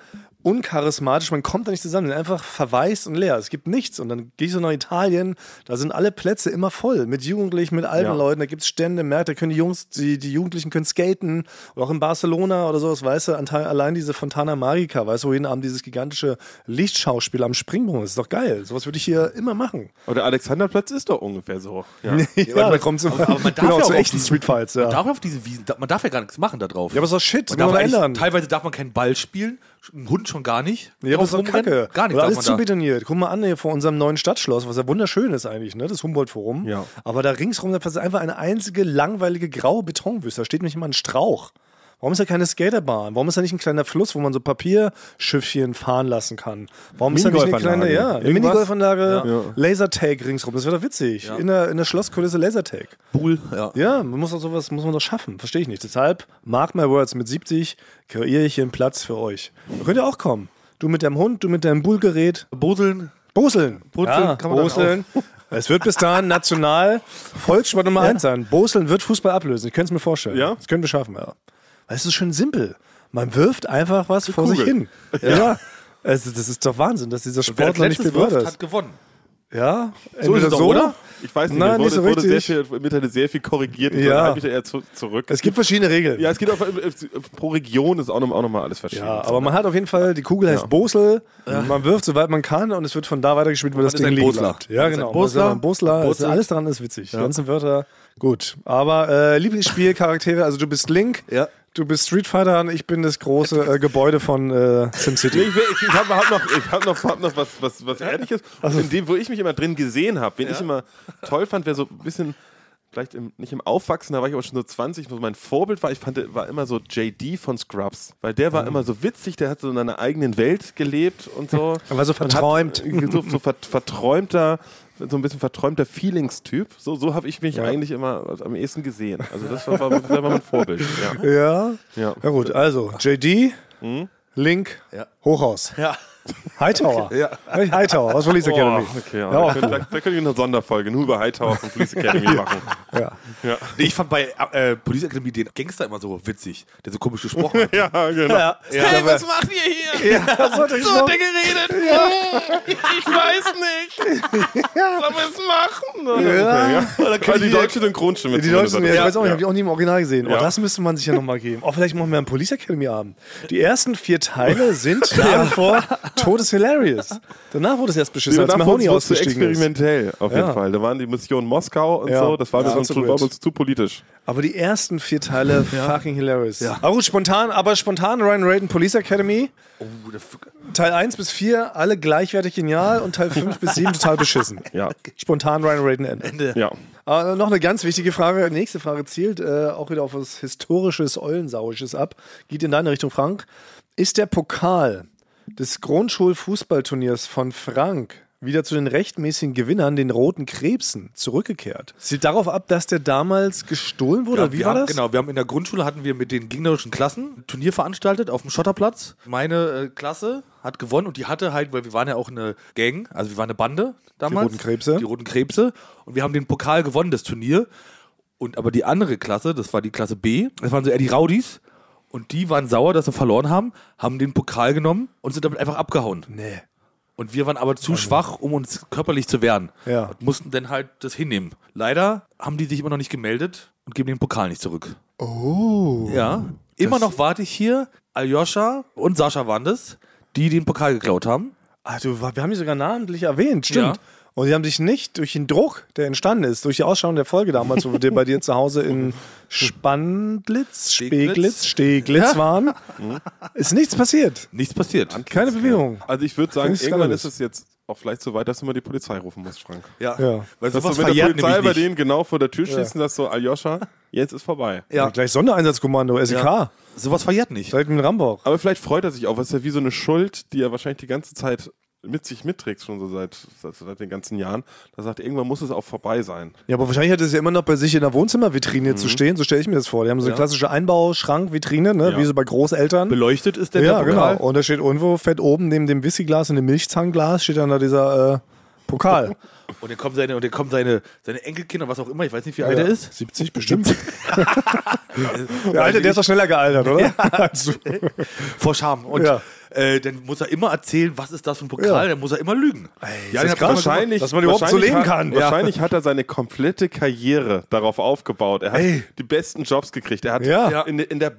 Speaker 1: uncharismatisch. Man kommt da nicht zusammen. Sie sind einfach verwaist und leer. Es gibt nichts. Und dann gehe ich so nach Italien. Da sind alle Plätze immer voll. Mit Jugendlichen, mit alten
Speaker 3: Ja.
Speaker 1: Leuten. Da gibt es Stände, Märkte. Da können die Jungs, die, die Jugendlichen können skaten. Oder auch in Barcelona oder sowas. Weißt du, an- allein diese Fontana Magica. Weißt du, wo jeden Abend dieses gigantische Lichtschauspiel am Springbrunnen ist. Ist doch geil. Sowas würde ich hier immer machen.
Speaker 3: Aber der Alexanderplatz ist doch ungefähr so. Ja.
Speaker 1: Ja, da kommt so,
Speaker 2: aber man darf
Speaker 1: genau,
Speaker 2: ja
Speaker 1: zu
Speaker 2: auch
Speaker 1: echten
Speaker 2: auf die-
Speaker 1: Street Fights. Ja.
Speaker 2: Man darf ja auf diesen Wiesen, da- man darf ja gar nichts machen da drauf.
Speaker 1: Ja, aber ist doch Shit,
Speaker 2: man
Speaker 1: kann
Speaker 2: darf
Speaker 1: man
Speaker 2: eigentlich-
Speaker 1: ändern.
Speaker 2: Teilweise darf man keinen Ball spielen, einen Hund schon gar nicht.
Speaker 1: Ja, aber
Speaker 2: Drauf
Speaker 1: das ist doch
Speaker 2: rumrennen.
Speaker 1: Kacke.
Speaker 2: Gar nicht
Speaker 1: Oder
Speaker 2: darf
Speaker 1: alles
Speaker 2: man
Speaker 1: zu
Speaker 2: da.
Speaker 1: betoniert. Guck mal an, hier vor unserem neuen Stadtschloss, was ja wunderschön ist eigentlich, ne? das Humboldt-Forum.
Speaker 3: Ja.
Speaker 1: Aber da ringsrum das ist einfach eine einzige langweilige graue Betonwüste. Da steht nämlich immer ein Strauch. Warum ist da keine Skaterbahn? Warum ist da nicht ein kleiner Fluss, wo man so Papierschiffchen fahren lassen kann? Warum ist da nicht eine kleine
Speaker 3: Minigolfanlage.
Speaker 1: ja, eine
Speaker 3: Irgendwas?
Speaker 1: Minigolfanlage, Lasertag ringsrum? Das wäre doch witzig. In, der, in der Schlosskulisse Lasertag.
Speaker 2: Bull, ja.
Speaker 1: Ja, man muss doch sowas muss man doch schaffen. Verstehe ich nicht. Deshalb, mark my words, mit 70 kreiere ich hier einen Platz für euch. Da könnt ihr auch kommen. Du mit deinem Hund, du mit deinem Bullgerät.
Speaker 2: Boseln.
Speaker 1: Boseln.
Speaker 2: Boseln
Speaker 1: ja,
Speaker 2: kann man dann
Speaker 1: Boseln. Es wird bis dahin national Volkssport Nummer 1 sein. Boseln wird Fußball ablösen. Ich könnte es mir vorstellen.
Speaker 3: Ja?
Speaker 1: Das können wir schaffen, ja. Weil es ist schön simpel. Man wirft einfach was vor sich hin.
Speaker 3: Kugel.
Speaker 1: Ja. Also, das ist doch Wahnsinn, dass dieser
Speaker 2: Wer als
Speaker 1: Sportler nicht
Speaker 2: letztes wirft,
Speaker 1: bewirbt
Speaker 2: hat
Speaker 1: ist.
Speaker 2: gewonnen.
Speaker 1: Ja,
Speaker 2: So ist es
Speaker 1: entweder
Speaker 2: doch, oder?
Speaker 3: Ich weiß nicht,
Speaker 1: Nein,
Speaker 3: es wurde,
Speaker 1: nicht so
Speaker 3: es wurde sehr
Speaker 1: richtig.
Speaker 3: viel, im Internet sehr viel korrigiert und
Speaker 1: Ja.
Speaker 3: dann halte ich da eher zu, zurück.
Speaker 1: Es gibt verschiedene Regeln.
Speaker 3: ja, es geht auch, pro Region ist auch nochmal noch mal alles verschieden.
Speaker 1: Ja, aber man hat auf jeden Fall, die Kugel heißt Bosel, man wirft soweit man kann und es wird von da weitergespielt, wo das
Speaker 2: ist
Speaker 1: Ding
Speaker 2: ein
Speaker 1: liegen
Speaker 2: Bosler.
Speaker 1: bleibt. Ja,
Speaker 2: Man ist
Speaker 1: genau.
Speaker 2: ein
Speaker 1: Man ist
Speaker 2: Bosler.
Speaker 1: aber ein Bosler, Es ist
Speaker 2: Bosel.
Speaker 1: alles dran ist witzig. Die ganzen Wörter, gut. Aber äh, Lieblingsspielcharaktere, also du bist Link,
Speaker 2: Ja.
Speaker 1: du bist Street Fighter und ich bin das große äh, Gebäude von äh,
Speaker 3: Nee,
Speaker 1: SimCity.
Speaker 3: ich ich, ich habe hab noch, ich hab noch, hab noch was, was, was Ehrliches. in dem, wo ich mich immer drin gesehen habe, wen ich immer toll fand, wäre so ein bisschen vielleicht im, nicht im Aufwachsen, da war ich aber schon so 20, wo mein Vorbild war, ich fand, war immer so JD von Scrubs, weil der
Speaker 1: Mhm.
Speaker 3: war immer so witzig, der hat so in einer eigenen Welt gelebt und so.
Speaker 1: Er war so
Speaker 3: Und hat- äh,
Speaker 1: verträumt.
Speaker 3: so so vert, verträumter, so ein bisschen verträumter Feelings-Typ. So, so habe ich mich eigentlich immer am ehesten gesehen. Also das war, war, das war mein Vorbild. Ja.
Speaker 1: Ja.
Speaker 3: Ja.
Speaker 1: Na gut, also JD, Link, Hochhaus.
Speaker 2: Mhm. Ja.
Speaker 1: Hightower. Hightower aus Police Academy.
Speaker 3: Oh, okay, ja.
Speaker 1: Ja,
Speaker 3: Da
Speaker 1: auch
Speaker 3: könnte
Speaker 1: cool.
Speaker 3: da, da könnte ich eine Sonderfolge nur über Hightower von Police Academy machen.
Speaker 1: ja.
Speaker 2: Nee, ich fand bei äh, Police Academy den Gangster immer so witzig, der so komisch gesprochen hat.
Speaker 3: Ja, genau.
Speaker 1: Ja.
Speaker 4: Hey, was macht ihr hier?
Speaker 1: Das wollte ich
Speaker 4: So
Speaker 1: noch.
Speaker 4: hat er geredet. Ich weiß nicht. Sollen wir es machen?
Speaker 1: Ja.
Speaker 3: Weil die deutsche Synchronstimme.
Speaker 1: Die Deutschen, ja, ich weiß auch nicht,
Speaker 3: ja.
Speaker 1: habe ich auch nie im Original gesehen. Oh,
Speaker 3: Ja.
Speaker 1: das müsste man sich ja nochmal geben. Oh, vielleicht machen wir einen Police Academy Abend. Die ersten vier Teile sind nach wie vor Todes Hilarious. Danach wurde es erst beschissen, als
Speaker 3: Danach wurde
Speaker 1: Mahoney
Speaker 3: es zu
Speaker 1: ausgestiegen ist.
Speaker 3: experimentell, auf jeden
Speaker 1: Ja.
Speaker 3: Fall. Da waren die Mission Moskau und
Speaker 1: Ja.
Speaker 3: so, das war,
Speaker 1: Ja,
Speaker 3: mir uns,
Speaker 1: zu
Speaker 3: schon- war
Speaker 1: weird.
Speaker 3: uns zu politisch.
Speaker 1: Aber die ersten vier Teile fucking hilarious. Aber gut, spontan, aber spontan Ryan Raiden Police Academy.
Speaker 2: Oh, der F-
Speaker 1: Teil 1 bis 4 alle gleichwertig genial und Teil 5 bis 7 total beschissen.
Speaker 3: Ja.
Speaker 1: Spontan Ryan Raiden Ende.
Speaker 3: Ja.
Speaker 1: Aber noch eine ganz wichtige Frage, nächste Frage zielt äh, auch wieder auf was historisches, Eulensauisches ab. Geht in deine Richtung, Frank. Ist der Pokal des Grundschulfußballturniers von Frank wieder zu den rechtmäßigen Gewinnern, den Roten Krebsen, zurückgekehrt? Zielt darauf ab, dass der damals gestohlen wurde?
Speaker 2: Ja,
Speaker 1: Wie
Speaker 2: wir
Speaker 1: war
Speaker 2: haben,
Speaker 1: das?
Speaker 2: Genau, wir haben in der Grundschule hatten wir mit den gegnerischen Klassen ein Turnier veranstaltet auf dem Schotterplatz. Meine äh, Klasse hat gewonnen und die hatte halt, weil wir waren ja auch eine Gang, also wir waren eine Bande damals.
Speaker 1: Roten Krebse.
Speaker 2: Die Roten Krebse. Und wir haben den Pokal gewonnen, das Turnier. Und aber die andere Klasse, das war die Klasse B, das waren so eher die Raudis. Und die waren sauer, dass sie verloren haben, haben den Pokal genommen und sind damit einfach abgehauen.
Speaker 1: Nee.
Speaker 2: Und wir waren aber zu schwach, um uns körperlich zu wehren.
Speaker 1: Also. Ja.
Speaker 2: Und mussten dann halt das hinnehmen. Leider haben die sich immer noch nicht gemeldet und geben den Pokal nicht zurück. Oh. Ja. Immer noch warte ich hier. Aljoscha und Sascha waren das, die den Pokal geklaut haben.
Speaker 1: Ah, du, wir haben die sogar namentlich erwähnt, stimmt.
Speaker 2: Ja.
Speaker 1: Und die haben sich nicht durch den Druck, der entstanden ist, durch die Ausschauung der Folge damals, wo wir bei dir zu Hause in Spandlitz, Speglitz,
Speaker 2: Steglitz?
Speaker 1: Steglitz waren, ist nichts passiert.
Speaker 2: Nichts passiert.
Speaker 1: Keine Bewegung.
Speaker 3: Also ich würde sagen,
Speaker 1: Finde ich
Speaker 3: irgendwann
Speaker 1: skandalös.
Speaker 3: ist es jetzt auch vielleicht so weit, dass du mal die Polizei rufen musst, Frank.
Speaker 2: Ja.
Speaker 1: Ja.
Speaker 2: Weil
Speaker 3: Dass
Speaker 2: sowas
Speaker 3: du, wenn der
Speaker 2: verjährt
Speaker 3: Polizei bei
Speaker 2: nämlich nicht.
Speaker 3: denen genau vor der Tür stehst und sagst so, Aljoscha, jetzt ist vorbei.
Speaker 1: Ja. Gleich Sondereinsatzkommando, SEK.
Speaker 2: Ja. Sowas verjährt nicht.
Speaker 1: Direkt mit dem Rambock.
Speaker 3: Aber vielleicht freut er sich auch, weil es ist ja wie so eine Schuld, die er wahrscheinlich die ganze Zeit mit sich mitträgt, schon so seit, seit, seit den ganzen Jahren. Da sagt, er, irgendwann muss es auch vorbei sein.
Speaker 1: Ja, aber wahrscheinlich hat es ja immer noch bei sich in der Wohnzimmervitrine zu stehen, so stelle ich mir das vor. Die haben so eine klassische Einbauschrankvitrine, ne?
Speaker 3: Ja.
Speaker 1: wie so bei Großeltern.
Speaker 2: Beleuchtet ist denn
Speaker 1: ja,
Speaker 2: der Pokal.
Speaker 1: genau. Und da steht irgendwo, fett oben neben dem Whiskyglas und dem Milchzahnglas, steht dann da dieser äh, Pokal.
Speaker 2: Und dann kommen seine, und dann kommen seine, seine Enkelkinder, was auch immer, ich weiß nicht, wie alt
Speaker 1: Ja.
Speaker 2: er ist. Äh,
Speaker 1: 70 bestimmt. Der Alte, der ist doch schneller gealtert, oder? Also. Als du.
Speaker 2: vor Scham. Und
Speaker 1: Ja.
Speaker 2: äh, dann muss er immer erzählen, was ist das für ein Pokal,
Speaker 1: Ja.
Speaker 2: dann muss er immer lügen. ja,
Speaker 1: ist
Speaker 2: den hat
Speaker 1: krass.
Speaker 2: man gemacht.
Speaker 1: dass man überhaupt so
Speaker 3: wahrscheinlich
Speaker 1: leben
Speaker 3: hat,
Speaker 1: kann. Ja.
Speaker 3: Wahrscheinlich hat er seine komplette Karriere darauf aufgebaut. Er hat
Speaker 1: Ey.
Speaker 3: die besten Jobs gekriegt. Er hat
Speaker 1: Ja. Ja.
Speaker 3: in, in der,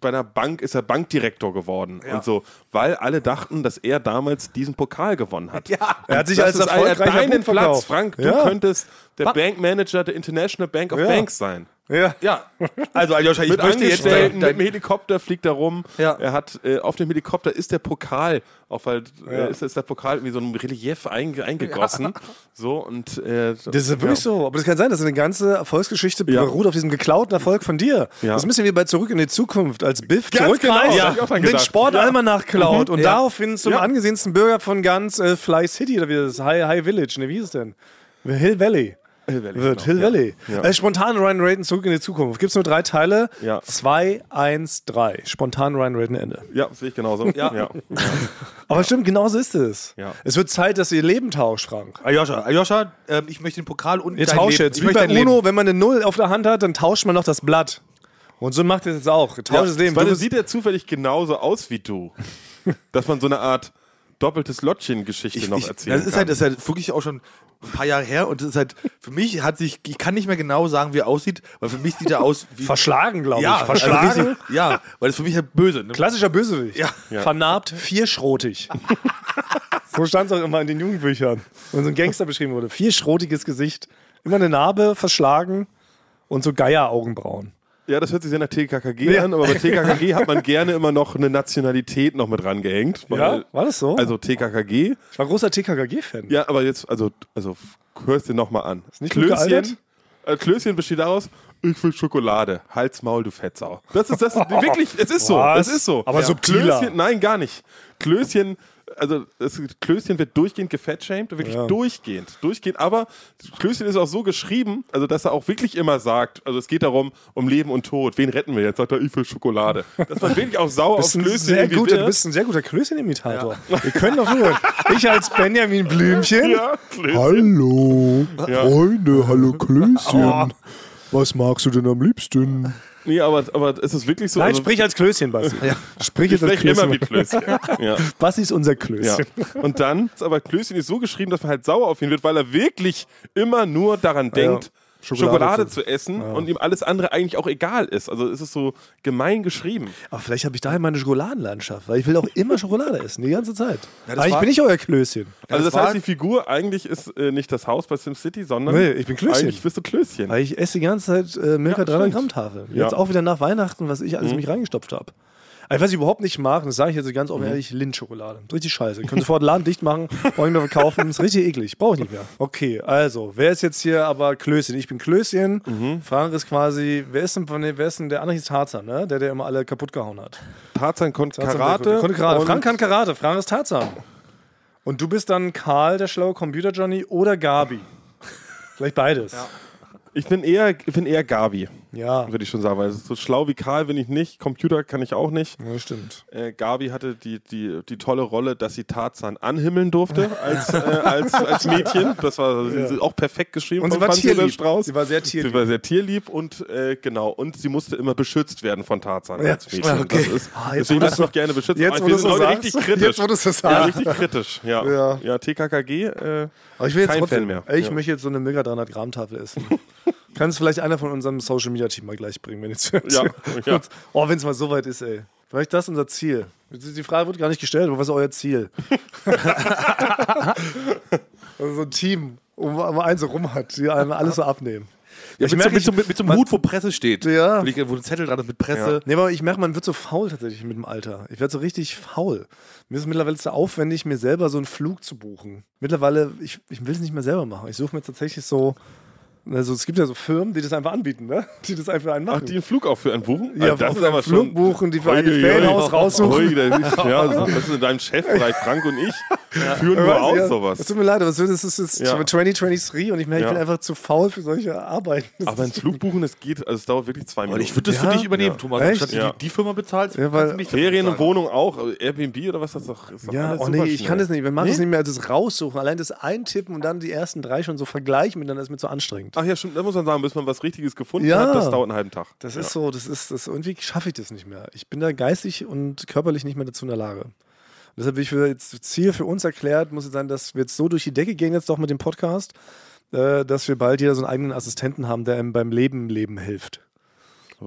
Speaker 3: bei einer Bank ist er Bankdirektor geworden
Speaker 2: Ja.
Speaker 3: und so, weil alle dachten, dass er damals diesen Pokal gewonnen hat.
Speaker 2: Ja.
Speaker 1: Er hat sich
Speaker 3: Das
Speaker 1: als
Speaker 3: ist ein- er hat
Speaker 1: erfolgreicher
Speaker 3: deinen
Speaker 1: Buch
Speaker 3: Platz,
Speaker 1: verkauft.
Speaker 3: Frank. Du
Speaker 1: ja.
Speaker 3: könntest der Bankmanager der International Bank of
Speaker 1: Ja.
Speaker 3: Banks sein.
Speaker 1: Ja.
Speaker 2: Ja, also Aljoscha, ich
Speaker 3: mit
Speaker 2: möchte jetzt
Speaker 3: Angestellten,
Speaker 2: dein,
Speaker 3: mit dem
Speaker 2: dein,
Speaker 3: Helikopter fliegt er rum.
Speaker 2: Ja.
Speaker 3: Er hat äh, auf dem Helikopter ist der Pokal auf halt, äh, ist, ist der Pokal wie so ein Relief einge eingegossen. So und äh,
Speaker 1: Das ist wirklich so. Aber das kann sein, dass eine ganze Erfolgsgeschichte
Speaker 3: Ja.
Speaker 1: beruht auf diesem geklauten Erfolg von dir.
Speaker 3: Ja.
Speaker 1: Das ist ein bisschen wie bei Zurück in die Zukunft, als Biff
Speaker 3: Ganz
Speaker 1: zurückreist,
Speaker 3: genau, hab ich auch dran
Speaker 1: den
Speaker 3: gedacht. Mhm.
Speaker 1: Sportalmanach klaut und
Speaker 2: Ja.
Speaker 1: daraufhin zum
Speaker 3: Ja.
Speaker 1: angesehensten Bürger von ganz äh, Fly City oder wie das ist, High, High Village, ne, wie hieß es denn? Hill Valley.
Speaker 3: Hill Valley,
Speaker 1: wird
Speaker 3: genau.
Speaker 1: Hill Valley.
Speaker 3: Ja.
Speaker 1: Äh, spontan Ryan Raiden zurück in die Zukunft. Gibt es nur drei Teile?
Speaker 3: Ja.
Speaker 1: Zwei, eins, drei. Spontan Ryan Raiden Ende.
Speaker 3: ja, sehe ich genauso. Ja. Ja.
Speaker 1: Aber stimmt, genauso ist es.
Speaker 3: Ja.
Speaker 1: Es wird Zeit, dass ihr Leben tauscht, Frank.
Speaker 2: Aljoscha, Aljoscha, ähm, ich möchte den Pokal und
Speaker 1: Ihr
Speaker 2: dein
Speaker 1: tauscht
Speaker 2: Leben.
Speaker 1: jetzt.
Speaker 2: Ich
Speaker 1: Wie
Speaker 2: möchte
Speaker 1: bei
Speaker 2: dein Leben.
Speaker 1: UNO, wenn man eine Null auf der Hand hat, dann tauscht man noch das Blatt. Und so macht ihr es jetzt auch. Ihr Tauscht das Leben.
Speaker 3: Weil
Speaker 1: Du
Speaker 3: dann
Speaker 1: bist-
Speaker 3: sieht er zufällig genauso aus wie du. Dass man so eine Art doppeltes Lottchen-Geschichte
Speaker 2: Ich,
Speaker 3: noch
Speaker 2: ich, das
Speaker 3: erzählen
Speaker 2: ist
Speaker 3: kann.
Speaker 2: halt, das ist halt wirklich auch schon ein paar Jahre her und das ist halt, für mich hat sich, ich kann nicht mehr genau sagen, wie er aussieht, weil für mich sieht er aus wie.
Speaker 1: verschlagen, glaube
Speaker 2: ja,
Speaker 1: ich. Verschlagen.
Speaker 2: Also richtig, ja, weil das für mich halt böse. Ne?
Speaker 1: Klassischer Bösewicht.
Speaker 2: Ja.
Speaker 3: Ja.
Speaker 1: Vernarbt, vierschrotig. so stand es auch immer in den Jugendbüchern, wenn so ein Gangster beschrieben wurde. Vierschrotiges Gesicht, immer eine Narbe, verschlagen und so Geier-Augenbrauen.
Speaker 3: ja, das hört sich sehr nach TKKG an, aber bei TKKG hat man gerne immer noch eine Nationalität noch mit rangehängt. weil-
Speaker 1: War das so?
Speaker 3: Also TKKG
Speaker 1: ich war großer TKKG-Fan.
Speaker 3: Ja, aber jetzt, also, also f- hörst dir nochmal an.
Speaker 1: nicht gut
Speaker 3: Klößchen,
Speaker 1: gealtert?
Speaker 3: äh, Klößchen besteht daraus, ich will Schokolade. Halt's Maul, du Fettsau. Das ist das, ist, wirklich, es ist so,
Speaker 1: Was?
Speaker 3: es ist so.
Speaker 1: Aber subtiler.
Speaker 3: Klößchen, nein, gar nicht. Klößchen, also das Klößchen wird durchgehend gefettshamed, wirklich
Speaker 1: Ja.
Speaker 3: durchgehend, durchgehend, aber Klößchen ist auch so geschrieben, also dass er auch wirklich immer sagt, also es geht darum, um Leben und Tod, wen retten wir jetzt, sagt er, ich will Schokolade. Dass man wirklich auch sauer auf
Speaker 1: bist ein
Speaker 3: Klößchen
Speaker 1: sehr
Speaker 3: irgendwie
Speaker 1: guter, du
Speaker 3: wird.
Speaker 1: bist ein sehr guter Klößchen-Imitator. Wir können doch hören. Ich als Benjamin Blümchen. Hallo, Freunde, hallo Klößchen. Was magst du denn am liebsten?
Speaker 3: Nee, aber, aber es ist wirklich so.
Speaker 1: Nein,
Speaker 3: also,
Speaker 1: sprich als Klößchen, Basti. Sprich jetzt als
Speaker 3: Vielleicht immer wie
Speaker 1: Klößchen.
Speaker 3: Klößchen. ja.
Speaker 1: Basti ist unser
Speaker 3: Ja.
Speaker 1: Klößchen.
Speaker 3: Und dann, ist aber Klößchen ist so geschrieben, dass man halt sauer auf ihn wird, weil er wirklich immer nur daran denkt,
Speaker 1: Schokolade
Speaker 3: Schokolade,
Speaker 1: zu-
Speaker 3: zu, essen und ihm alles andere eigentlich auch egal ist. Also es ist so gemein geschrieben.
Speaker 1: Aber vielleicht habe ich daher meine Schokoladenlandschaft, weil ich will auch immer Schokolade essen, die ganze Zeit.
Speaker 2: das
Speaker 1: Aber ich
Speaker 2: war-
Speaker 1: bin nicht euer Klößchen.
Speaker 3: also
Speaker 2: das
Speaker 3: das,
Speaker 2: war-
Speaker 3: heißt, die Figur eigentlich ist äh, nicht das Haus bei SimCity, sondern
Speaker 1: Nee, ich bin Klößchen.
Speaker 3: eigentlich bist du Klößchen.
Speaker 1: Weil ich esse die ganze Zeit äh, Milka
Speaker 3: Ja,
Speaker 1: 300 Gramm
Speaker 3: stimmt.
Speaker 1: Tafel.
Speaker 3: Ja. Mhm.
Speaker 1: Jetzt auch wieder nach Weihnachten, was ich alles mich reingestopft habe. Also, was ich überhaupt nicht mag, und das sage ich jetzt ganz offen ehrlich, Lindschokolade. Ist Richtig scheiße. Können sofort den Laden dicht machen, wollen wir verkaufen. Ist richtig eklig. Brauche ich nicht mehr. Okay, also, wer ist jetzt hier aber Klößchen? Ich bin Klößchen.
Speaker 3: Mhm.
Speaker 1: Frank ist quasi, wer ist denn, von, den- wer ist denn der Anarchist Tarzan, ne? der, der immer alle kaputt gehauen hat?
Speaker 3: Tarzan konnte
Speaker 1: Tarzan
Speaker 3: Karate.
Speaker 1: Konnte Karate.
Speaker 3: und-
Speaker 1: Frank kann Karate. Frank ist Tarzan. Und du bist dann Karl, der schlaue Computer-Johnny oder Gabi. Vielleicht beides.
Speaker 3: Ich bin eher, ich bin eher Gabi,
Speaker 1: Ja,
Speaker 3: würde ich schon sagen, weil so schlau wie Karl bin ich nicht, Computer kann ich auch nicht.
Speaker 1: ja stimmt.
Speaker 3: äh, Gabi hatte die, die, die tolle Rolle, dass sie Tarzan anhimmeln durfte als, äh, als, als Mädchen. Das war sie- sie auch perfekt geschrieben.
Speaker 1: Und sie
Speaker 3: von
Speaker 1: war
Speaker 3: Franz Josef
Speaker 1: tierlieb.
Speaker 3: Strauß.
Speaker 1: Sie war sehr
Speaker 3: Sie
Speaker 1: tierlieb.
Speaker 3: war sehr tierlieb und äh, genau. Und sie musste immer beschützt werden von Tarzan
Speaker 1: Ja.
Speaker 3: als Mädchen.
Speaker 1: Ah, okay.
Speaker 3: Das ist,
Speaker 1: Ah, jetzt, wo
Speaker 3: deswegen
Speaker 1: du's
Speaker 3: lass mich gerne beschützen.
Speaker 1: jetzt, wo
Speaker 3: wir
Speaker 1: du's
Speaker 3: sind
Speaker 1: so
Speaker 3: heute
Speaker 1: sagst.
Speaker 3: richtig kritisch.
Speaker 1: Jetzt, wo du's so
Speaker 3: ja,
Speaker 1: sagst.
Speaker 3: richtig kritisch. Ja,
Speaker 1: Ja.
Speaker 3: ja. TKKG. Äh,
Speaker 1: Aber ich will jetzt
Speaker 3: Kein
Speaker 1: trotzdem,
Speaker 3: Fan mehr.
Speaker 1: Ey, ich
Speaker 3: Ja.
Speaker 1: möchte jetzt so eine Mega 300 Gramm Tafel essen. Kann es vielleicht einer von unserem Social Media Team mal gleich bringen, wenn jetzt hört.
Speaker 3: Ja, ja.
Speaker 1: Oh, wenn es mal so weit ist, ey. Vielleicht das unser Ziel. Die Frage wird gar nicht gestellt, aber was ist euer Ziel? also so ein Team, wo man einen so rum hat, die einem alles so abnehmen.
Speaker 2: Ja, mit,
Speaker 1: merke,
Speaker 2: so, mit, so, mit, mit so einem Hut, wo Presse steht.
Speaker 1: Ja.
Speaker 2: Wo, die- wo ein Zettel dran ist mit Presse.
Speaker 1: Nee, aber ich merke, man wird so faul tatsächlich mit dem Alter. Ich werde so richtig faul. Mir ist es mittlerweile zu aufwendig, mir selber so einen Flug zu buchen. Mittlerweile, ich, ich will es nicht mehr selber machen. Ich suche mir tatsächlich so. Also es gibt ja so Firmen, die das einfach anbieten, ne? Die das einfach einen
Speaker 3: Ach,
Speaker 1: machen.
Speaker 3: die einen Flug auch für einen buchen? Also,
Speaker 1: Ja, für einen Flug buchen, die für ein Ferienhaus raussuchen.
Speaker 3: Ruhig, das ist, ja, das ist in deinem Chefbereich, Frank und ich, führen nur aus
Speaker 1: ja, Es
Speaker 3: sowas.
Speaker 1: tut mir leid, aber es ist, es ist
Speaker 3: Ja.
Speaker 1: 2023 und ich merke, ich
Speaker 3: Ja.
Speaker 1: bin einfach zu faul für solche Arbeiten. Das
Speaker 3: Aber ein
Speaker 1: ist-
Speaker 3: Flug buchen, das geht, also es dauert wirklich zwei
Speaker 2: Und
Speaker 3: Minuten.
Speaker 2: Oh, ich würde das
Speaker 1: Ja.
Speaker 2: für dich übernehmen,
Speaker 3: Ja.
Speaker 2: Thomas.
Speaker 1: Echt?
Speaker 2: Anstatt du
Speaker 3: Ja.
Speaker 2: die, die Firma bezahlst,
Speaker 1: Ja, weil-
Speaker 2: kannst du mich das
Speaker 3: Ferien und
Speaker 2: bezahlen.
Speaker 3: Wohnung auch, also Airbnb oder was das doch ist. doch
Speaker 1: Ja,
Speaker 3: alles
Speaker 1: oh nee, ich
Speaker 3: superschnell.
Speaker 1: kann das nicht. Wenn man das nicht mehr das raussuchen, allein das eintippen und dann die ersten drei schon so vergleichen miteinander, ist mir zu anstrengend.
Speaker 3: Ach ja, stimmt, da muss man sagen, bis man was Richtiges gefunden
Speaker 1: Ja.
Speaker 3: hat, das dauert einen halben Tag.
Speaker 1: Das
Speaker 3: ja.
Speaker 1: ist so, das ist, das irgendwie schaffe ich das nicht mehr. Ich bin da geistig und körperlich nicht mehr dazu in der Lage. Und deshalb will ich für jetzt Ziel für uns erklärt, muss jetzt sein, dass wir jetzt so durch die Decke gehen jetzt doch mit dem Podcast, äh, dass wir bald jeder so einen eigenen Assistenten haben, der einem beim Leben leben hilft.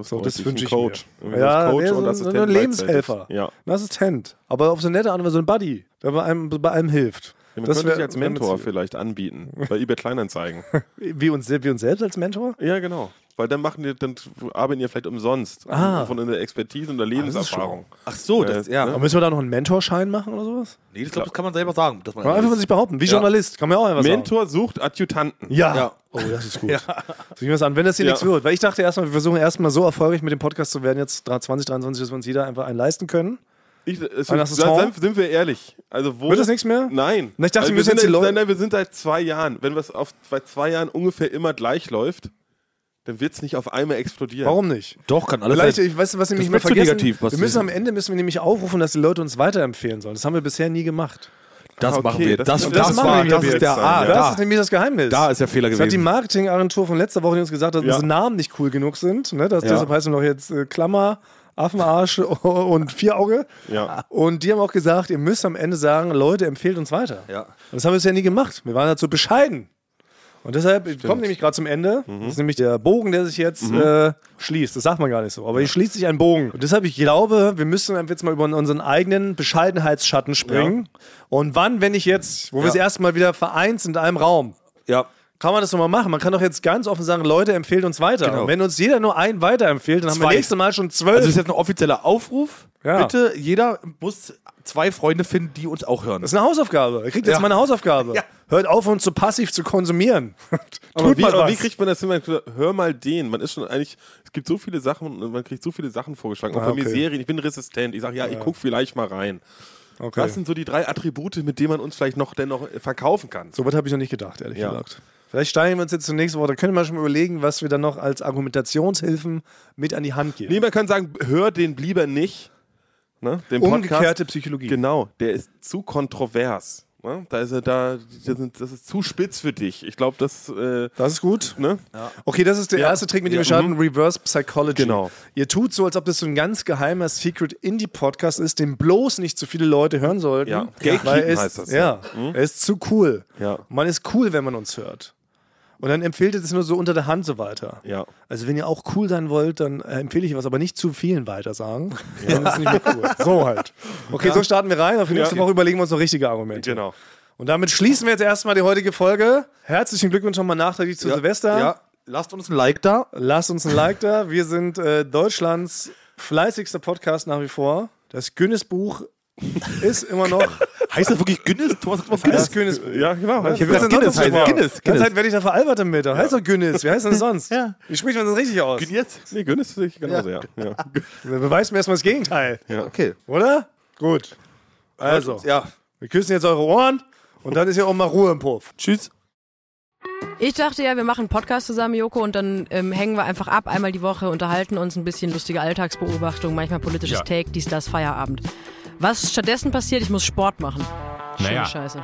Speaker 1: So, das wünsche ich
Speaker 3: Coach.
Speaker 1: mir. Ja,
Speaker 3: Coach
Speaker 1: nee,
Speaker 3: und
Speaker 1: so, so
Speaker 3: Assistent
Speaker 1: ein
Speaker 3: gleichzeitig.
Speaker 1: Lebenshelfer.
Speaker 3: Ja.
Speaker 1: Ein Assistent. Aber auf so eine nette Art und Weise, so ein Buddy, der bei einem, bei allem hilft.
Speaker 3: Ja, Man
Speaker 1: Das
Speaker 3: könnte
Speaker 1: wär-
Speaker 3: dich als
Speaker 1: wär mir
Speaker 3: Mentor
Speaker 1: Ziel.
Speaker 3: vielleicht anbieten, bei eBay Kleinanzeigen.
Speaker 1: Wie uns, wie uns selbst als Mentor?
Speaker 3: Ja, genau. Weil dann machen die, dann arbeiten ihr vielleicht umsonst.
Speaker 1: Ah.
Speaker 3: Von der Expertise und der Lebenserfahrung.
Speaker 2: Ach so, das,
Speaker 3: Äh,
Speaker 2: ja.
Speaker 1: Aber müssen wir da noch einen Mentorschein machen oder sowas?
Speaker 2: Nee, das, glaub, das kann man selber sagen. Dass man
Speaker 1: Kann man einfach von sich behaupten. Wie Journalist, kann man ja auch einfach sagen.
Speaker 3: Mentor sucht Adjutanten.
Speaker 1: Ja.
Speaker 2: Ja.
Speaker 1: Oh, das ist gut. So ging das an. Wenn das hier
Speaker 3: Ja.
Speaker 1: nichts wird, weil ich dachte erstmal, wir versuchen erstmal so erfolgreich mit dem Podcast zu werden, jetzt 2023, dass wir uns jeder einfach einen leisten können.
Speaker 3: Ich, es,
Speaker 1: Ein
Speaker 3: da,
Speaker 1: Assistent?
Speaker 3: sind, sind wir ehrlich. Also wo,
Speaker 1: Wird das nichts mehr?
Speaker 3: Nein. Also
Speaker 1: Na, ich dachte, wir
Speaker 3: wir
Speaker 1: müssen
Speaker 3: sind
Speaker 1: jetzt die Leute-
Speaker 3: Nein, nein, wir sind seit zwei Jahren. Wenn was auf, bei zwei Jahren ungefähr immer gleich läuft, dann wird es nicht auf einmal explodieren.
Speaker 1: Warum nicht?
Speaker 2: Doch, kann alles
Speaker 1: Vielleicht,
Speaker 2: sein.
Speaker 1: ich weiß, was ich
Speaker 2: Das
Speaker 1: nicht mehr
Speaker 2: wird zu
Speaker 1: vergessen.
Speaker 2: negativ
Speaker 1: wir
Speaker 2: passieren.
Speaker 1: müssen am Ende müssen wir nämlich aufrufen, dass die Leute uns weiterempfehlen sollen. Das haben wir bisher nie gemacht.
Speaker 2: Das
Speaker 3: Okay,
Speaker 2: machen wir.
Speaker 3: das-
Speaker 2: Das, das,
Speaker 3: das
Speaker 1: machen wir
Speaker 2: war,
Speaker 1: nämlich
Speaker 2: das
Speaker 1: ab
Speaker 2: ist
Speaker 1: jetzt
Speaker 2: der
Speaker 3: dann,
Speaker 2: A.
Speaker 3: ja.
Speaker 1: das
Speaker 2: Da.
Speaker 1: ist nämlich das Geheimnis.
Speaker 2: da ist der Fehler
Speaker 1: das hat die
Speaker 2: gewesen.
Speaker 1: Marketingagentur von letzter Woche die uns gesagt hat, dass
Speaker 3: Ja.
Speaker 1: unsere Namen nicht cool genug sind. Ne? Das,
Speaker 2: Ja.
Speaker 1: Deshalb heißen wir noch jetzt äh, Klammer, Affenarsch und Vierauge.
Speaker 3: Ja.
Speaker 1: Und die haben auch gesagt, ihr müsst am Ende sagen, Leute, empfehlt uns weiter.
Speaker 2: Ja.
Speaker 1: Und das haben wir bisher nie gemacht. Wir waren dazu bescheiden. Und deshalb kommt nämlich gerade zum Ende.
Speaker 2: Mhm.
Speaker 1: Das ist nämlich der Bogen, der sich jetzt äh, schließt. Das sagt man gar nicht so. Aber hier schließt sich ein Bogen. Und deshalb, ich glaube, wir müssen einfach jetzt mal über unseren eigenen Bescheidenheitsschatten springen. Und wann, wenn ich jetzt, wo wir
Speaker 2: Ja.
Speaker 1: das erste Mal wieder vereint sind in einem Raum,
Speaker 2: Ja.
Speaker 1: kann man das doch mal machen. Man kann doch jetzt ganz offen sagen, Leute, empfehlt uns weiter.
Speaker 2: Genau.
Speaker 1: Und wenn uns jeder nur einen weiterempfiehlt, dann haben wir
Speaker 2: Zwei.
Speaker 1: nächstes Mal schon zwölf.
Speaker 2: Also das ist jetzt ein offizieller Aufruf.
Speaker 1: Ja.
Speaker 2: Bitte, jeder muss zwei Freunde finden, die uns auch hören.
Speaker 1: Das ist eine Hausaufgabe. Ihr kriegt jetzt
Speaker 2: Ja.
Speaker 1: meine Hausaufgabe.
Speaker 2: Ja.
Speaker 1: Hört auf, uns so passiv zu konsumieren.
Speaker 3: Aber
Speaker 1: Tut
Speaker 3: wie,
Speaker 1: mal
Speaker 3: aber wie
Speaker 1: was.
Speaker 3: kriegt man das hin? Man- Hör mal den. Man ist schon eigentlich, es gibt so viele Sachen und man kriegt so viele Sachen vorgeschlagen. Auch
Speaker 1: Ah,
Speaker 3: bei mir
Speaker 1: okay.
Speaker 3: Serien. Ich bin resistent. Ich sage, ja, ich gucke vielleicht mal rein.
Speaker 1: Okay.
Speaker 3: Das sind so die drei Attribute, mit denen man uns vielleicht noch dennoch äh, verkaufen kann.
Speaker 1: So was habe ich noch nicht gedacht, ehrlich
Speaker 3: Ja.
Speaker 1: gesagt. Vielleicht steigen wir uns jetzt zur nächsten Woche. Da können wir schon mal überlegen, was wir dann noch als Argumentationshilfen mit an die Hand geben.
Speaker 3: Nee, man kann sagen, hör den lieber nicht. Ne? Den
Speaker 1: Umgekehrte Psychologie.
Speaker 3: Genau, der ist zu kontrovers. Ne? Da ist er da, das ist- das ist zu spitz für dich. Ich glaube, das, äh,
Speaker 1: Das ist gut.
Speaker 3: ne?
Speaker 1: Okay, das ist der
Speaker 3: Ja.
Speaker 1: erste Trick, mit dem wir
Speaker 3: Ja, mhm.
Speaker 1: starten. Reverse Psychology.
Speaker 3: Genau.
Speaker 1: Ihr tut so, als ob das so ein ganz geheimer Secret Indie-Podcast ist, den bloß nicht so viele Leute hören sollten.
Speaker 3: Ja.
Speaker 1: Weil
Speaker 3: Gatekeeping
Speaker 1: er ist,
Speaker 3: heißt das, Mhm.
Speaker 1: Ja, er ist zu cool.
Speaker 3: Ja.
Speaker 1: Und Man ist cool, wenn man uns hört. Und dann empfiehlt ihr das nur so unter der Hand so weiter.
Speaker 3: Ja.
Speaker 1: Also wenn ihr auch cool sein wollt, dann äh, empfehle ich was, aber nicht zu vielen weiter sagen. Dann ist es nicht mehr cool. So halt. Okay, so starten wir rein. Auf die nächste Woche überlegen wir uns noch richtige Argumente.
Speaker 3: Genau.
Speaker 1: Und damit schließen wir jetzt erstmal die heutige Folge. Herzlichen Glückwunsch nochmal nachträglich zu Silvester.
Speaker 2: Ja, lasst uns ein Like da.
Speaker 1: Lasst uns ein Like da. Wir sind äh, Deutschlands fleißigster Podcast nach wie vor. Das Guinness-Buch ist immer noch
Speaker 2: Heißt das wirklich Guinness? Thomas sagt mal
Speaker 1: das
Speaker 2: Guinness.
Speaker 1: Guinness.
Speaker 3: Ja, genau.
Speaker 1: Ich hab jetzt
Speaker 2: Guinness heißt- Guinness,
Speaker 1: Guinness. Guinness.
Speaker 2: Guinness.
Speaker 1: Zeit werde ich da veralbert damit. Ja. Heißt doch Guinness. Wie heißt denn das sonst?
Speaker 2: Ja.
Speaker 1: Wie spricht man das richtig aus?
Speaker 2: Jetzt?
Speaker 3: Nee, Guinness ist nicht genauso, ja. ja.
Speaker 1: Beweist mir erstmal das Gegenteil.
Speaker 2: Okay.
Speaker 1: Oder? Gut. Also,
Speaker 2: Ja.
Speaker 1: wir küssen jetzt eure Ohren und dann ist ja auch mal Ruhe im Puff.
Speaker 2: Tschüss.
Speaker 5: Ich dachte ja, wir machen einen Podcast zusammen, Joko, und dann ähm, hängen wir einfach ab, einmal die Woche, unterhalten uns ein bisschen lustige Alltagsbeobachtung, manchmal politisches
Speaker 6: Ja.
Speaker 5: Take, dies, das, Feierabend. Was stattdessen passiert, ich muss Sport machen. Schöne
Speaker 6: Naja.
Speaker 5: Scheiße.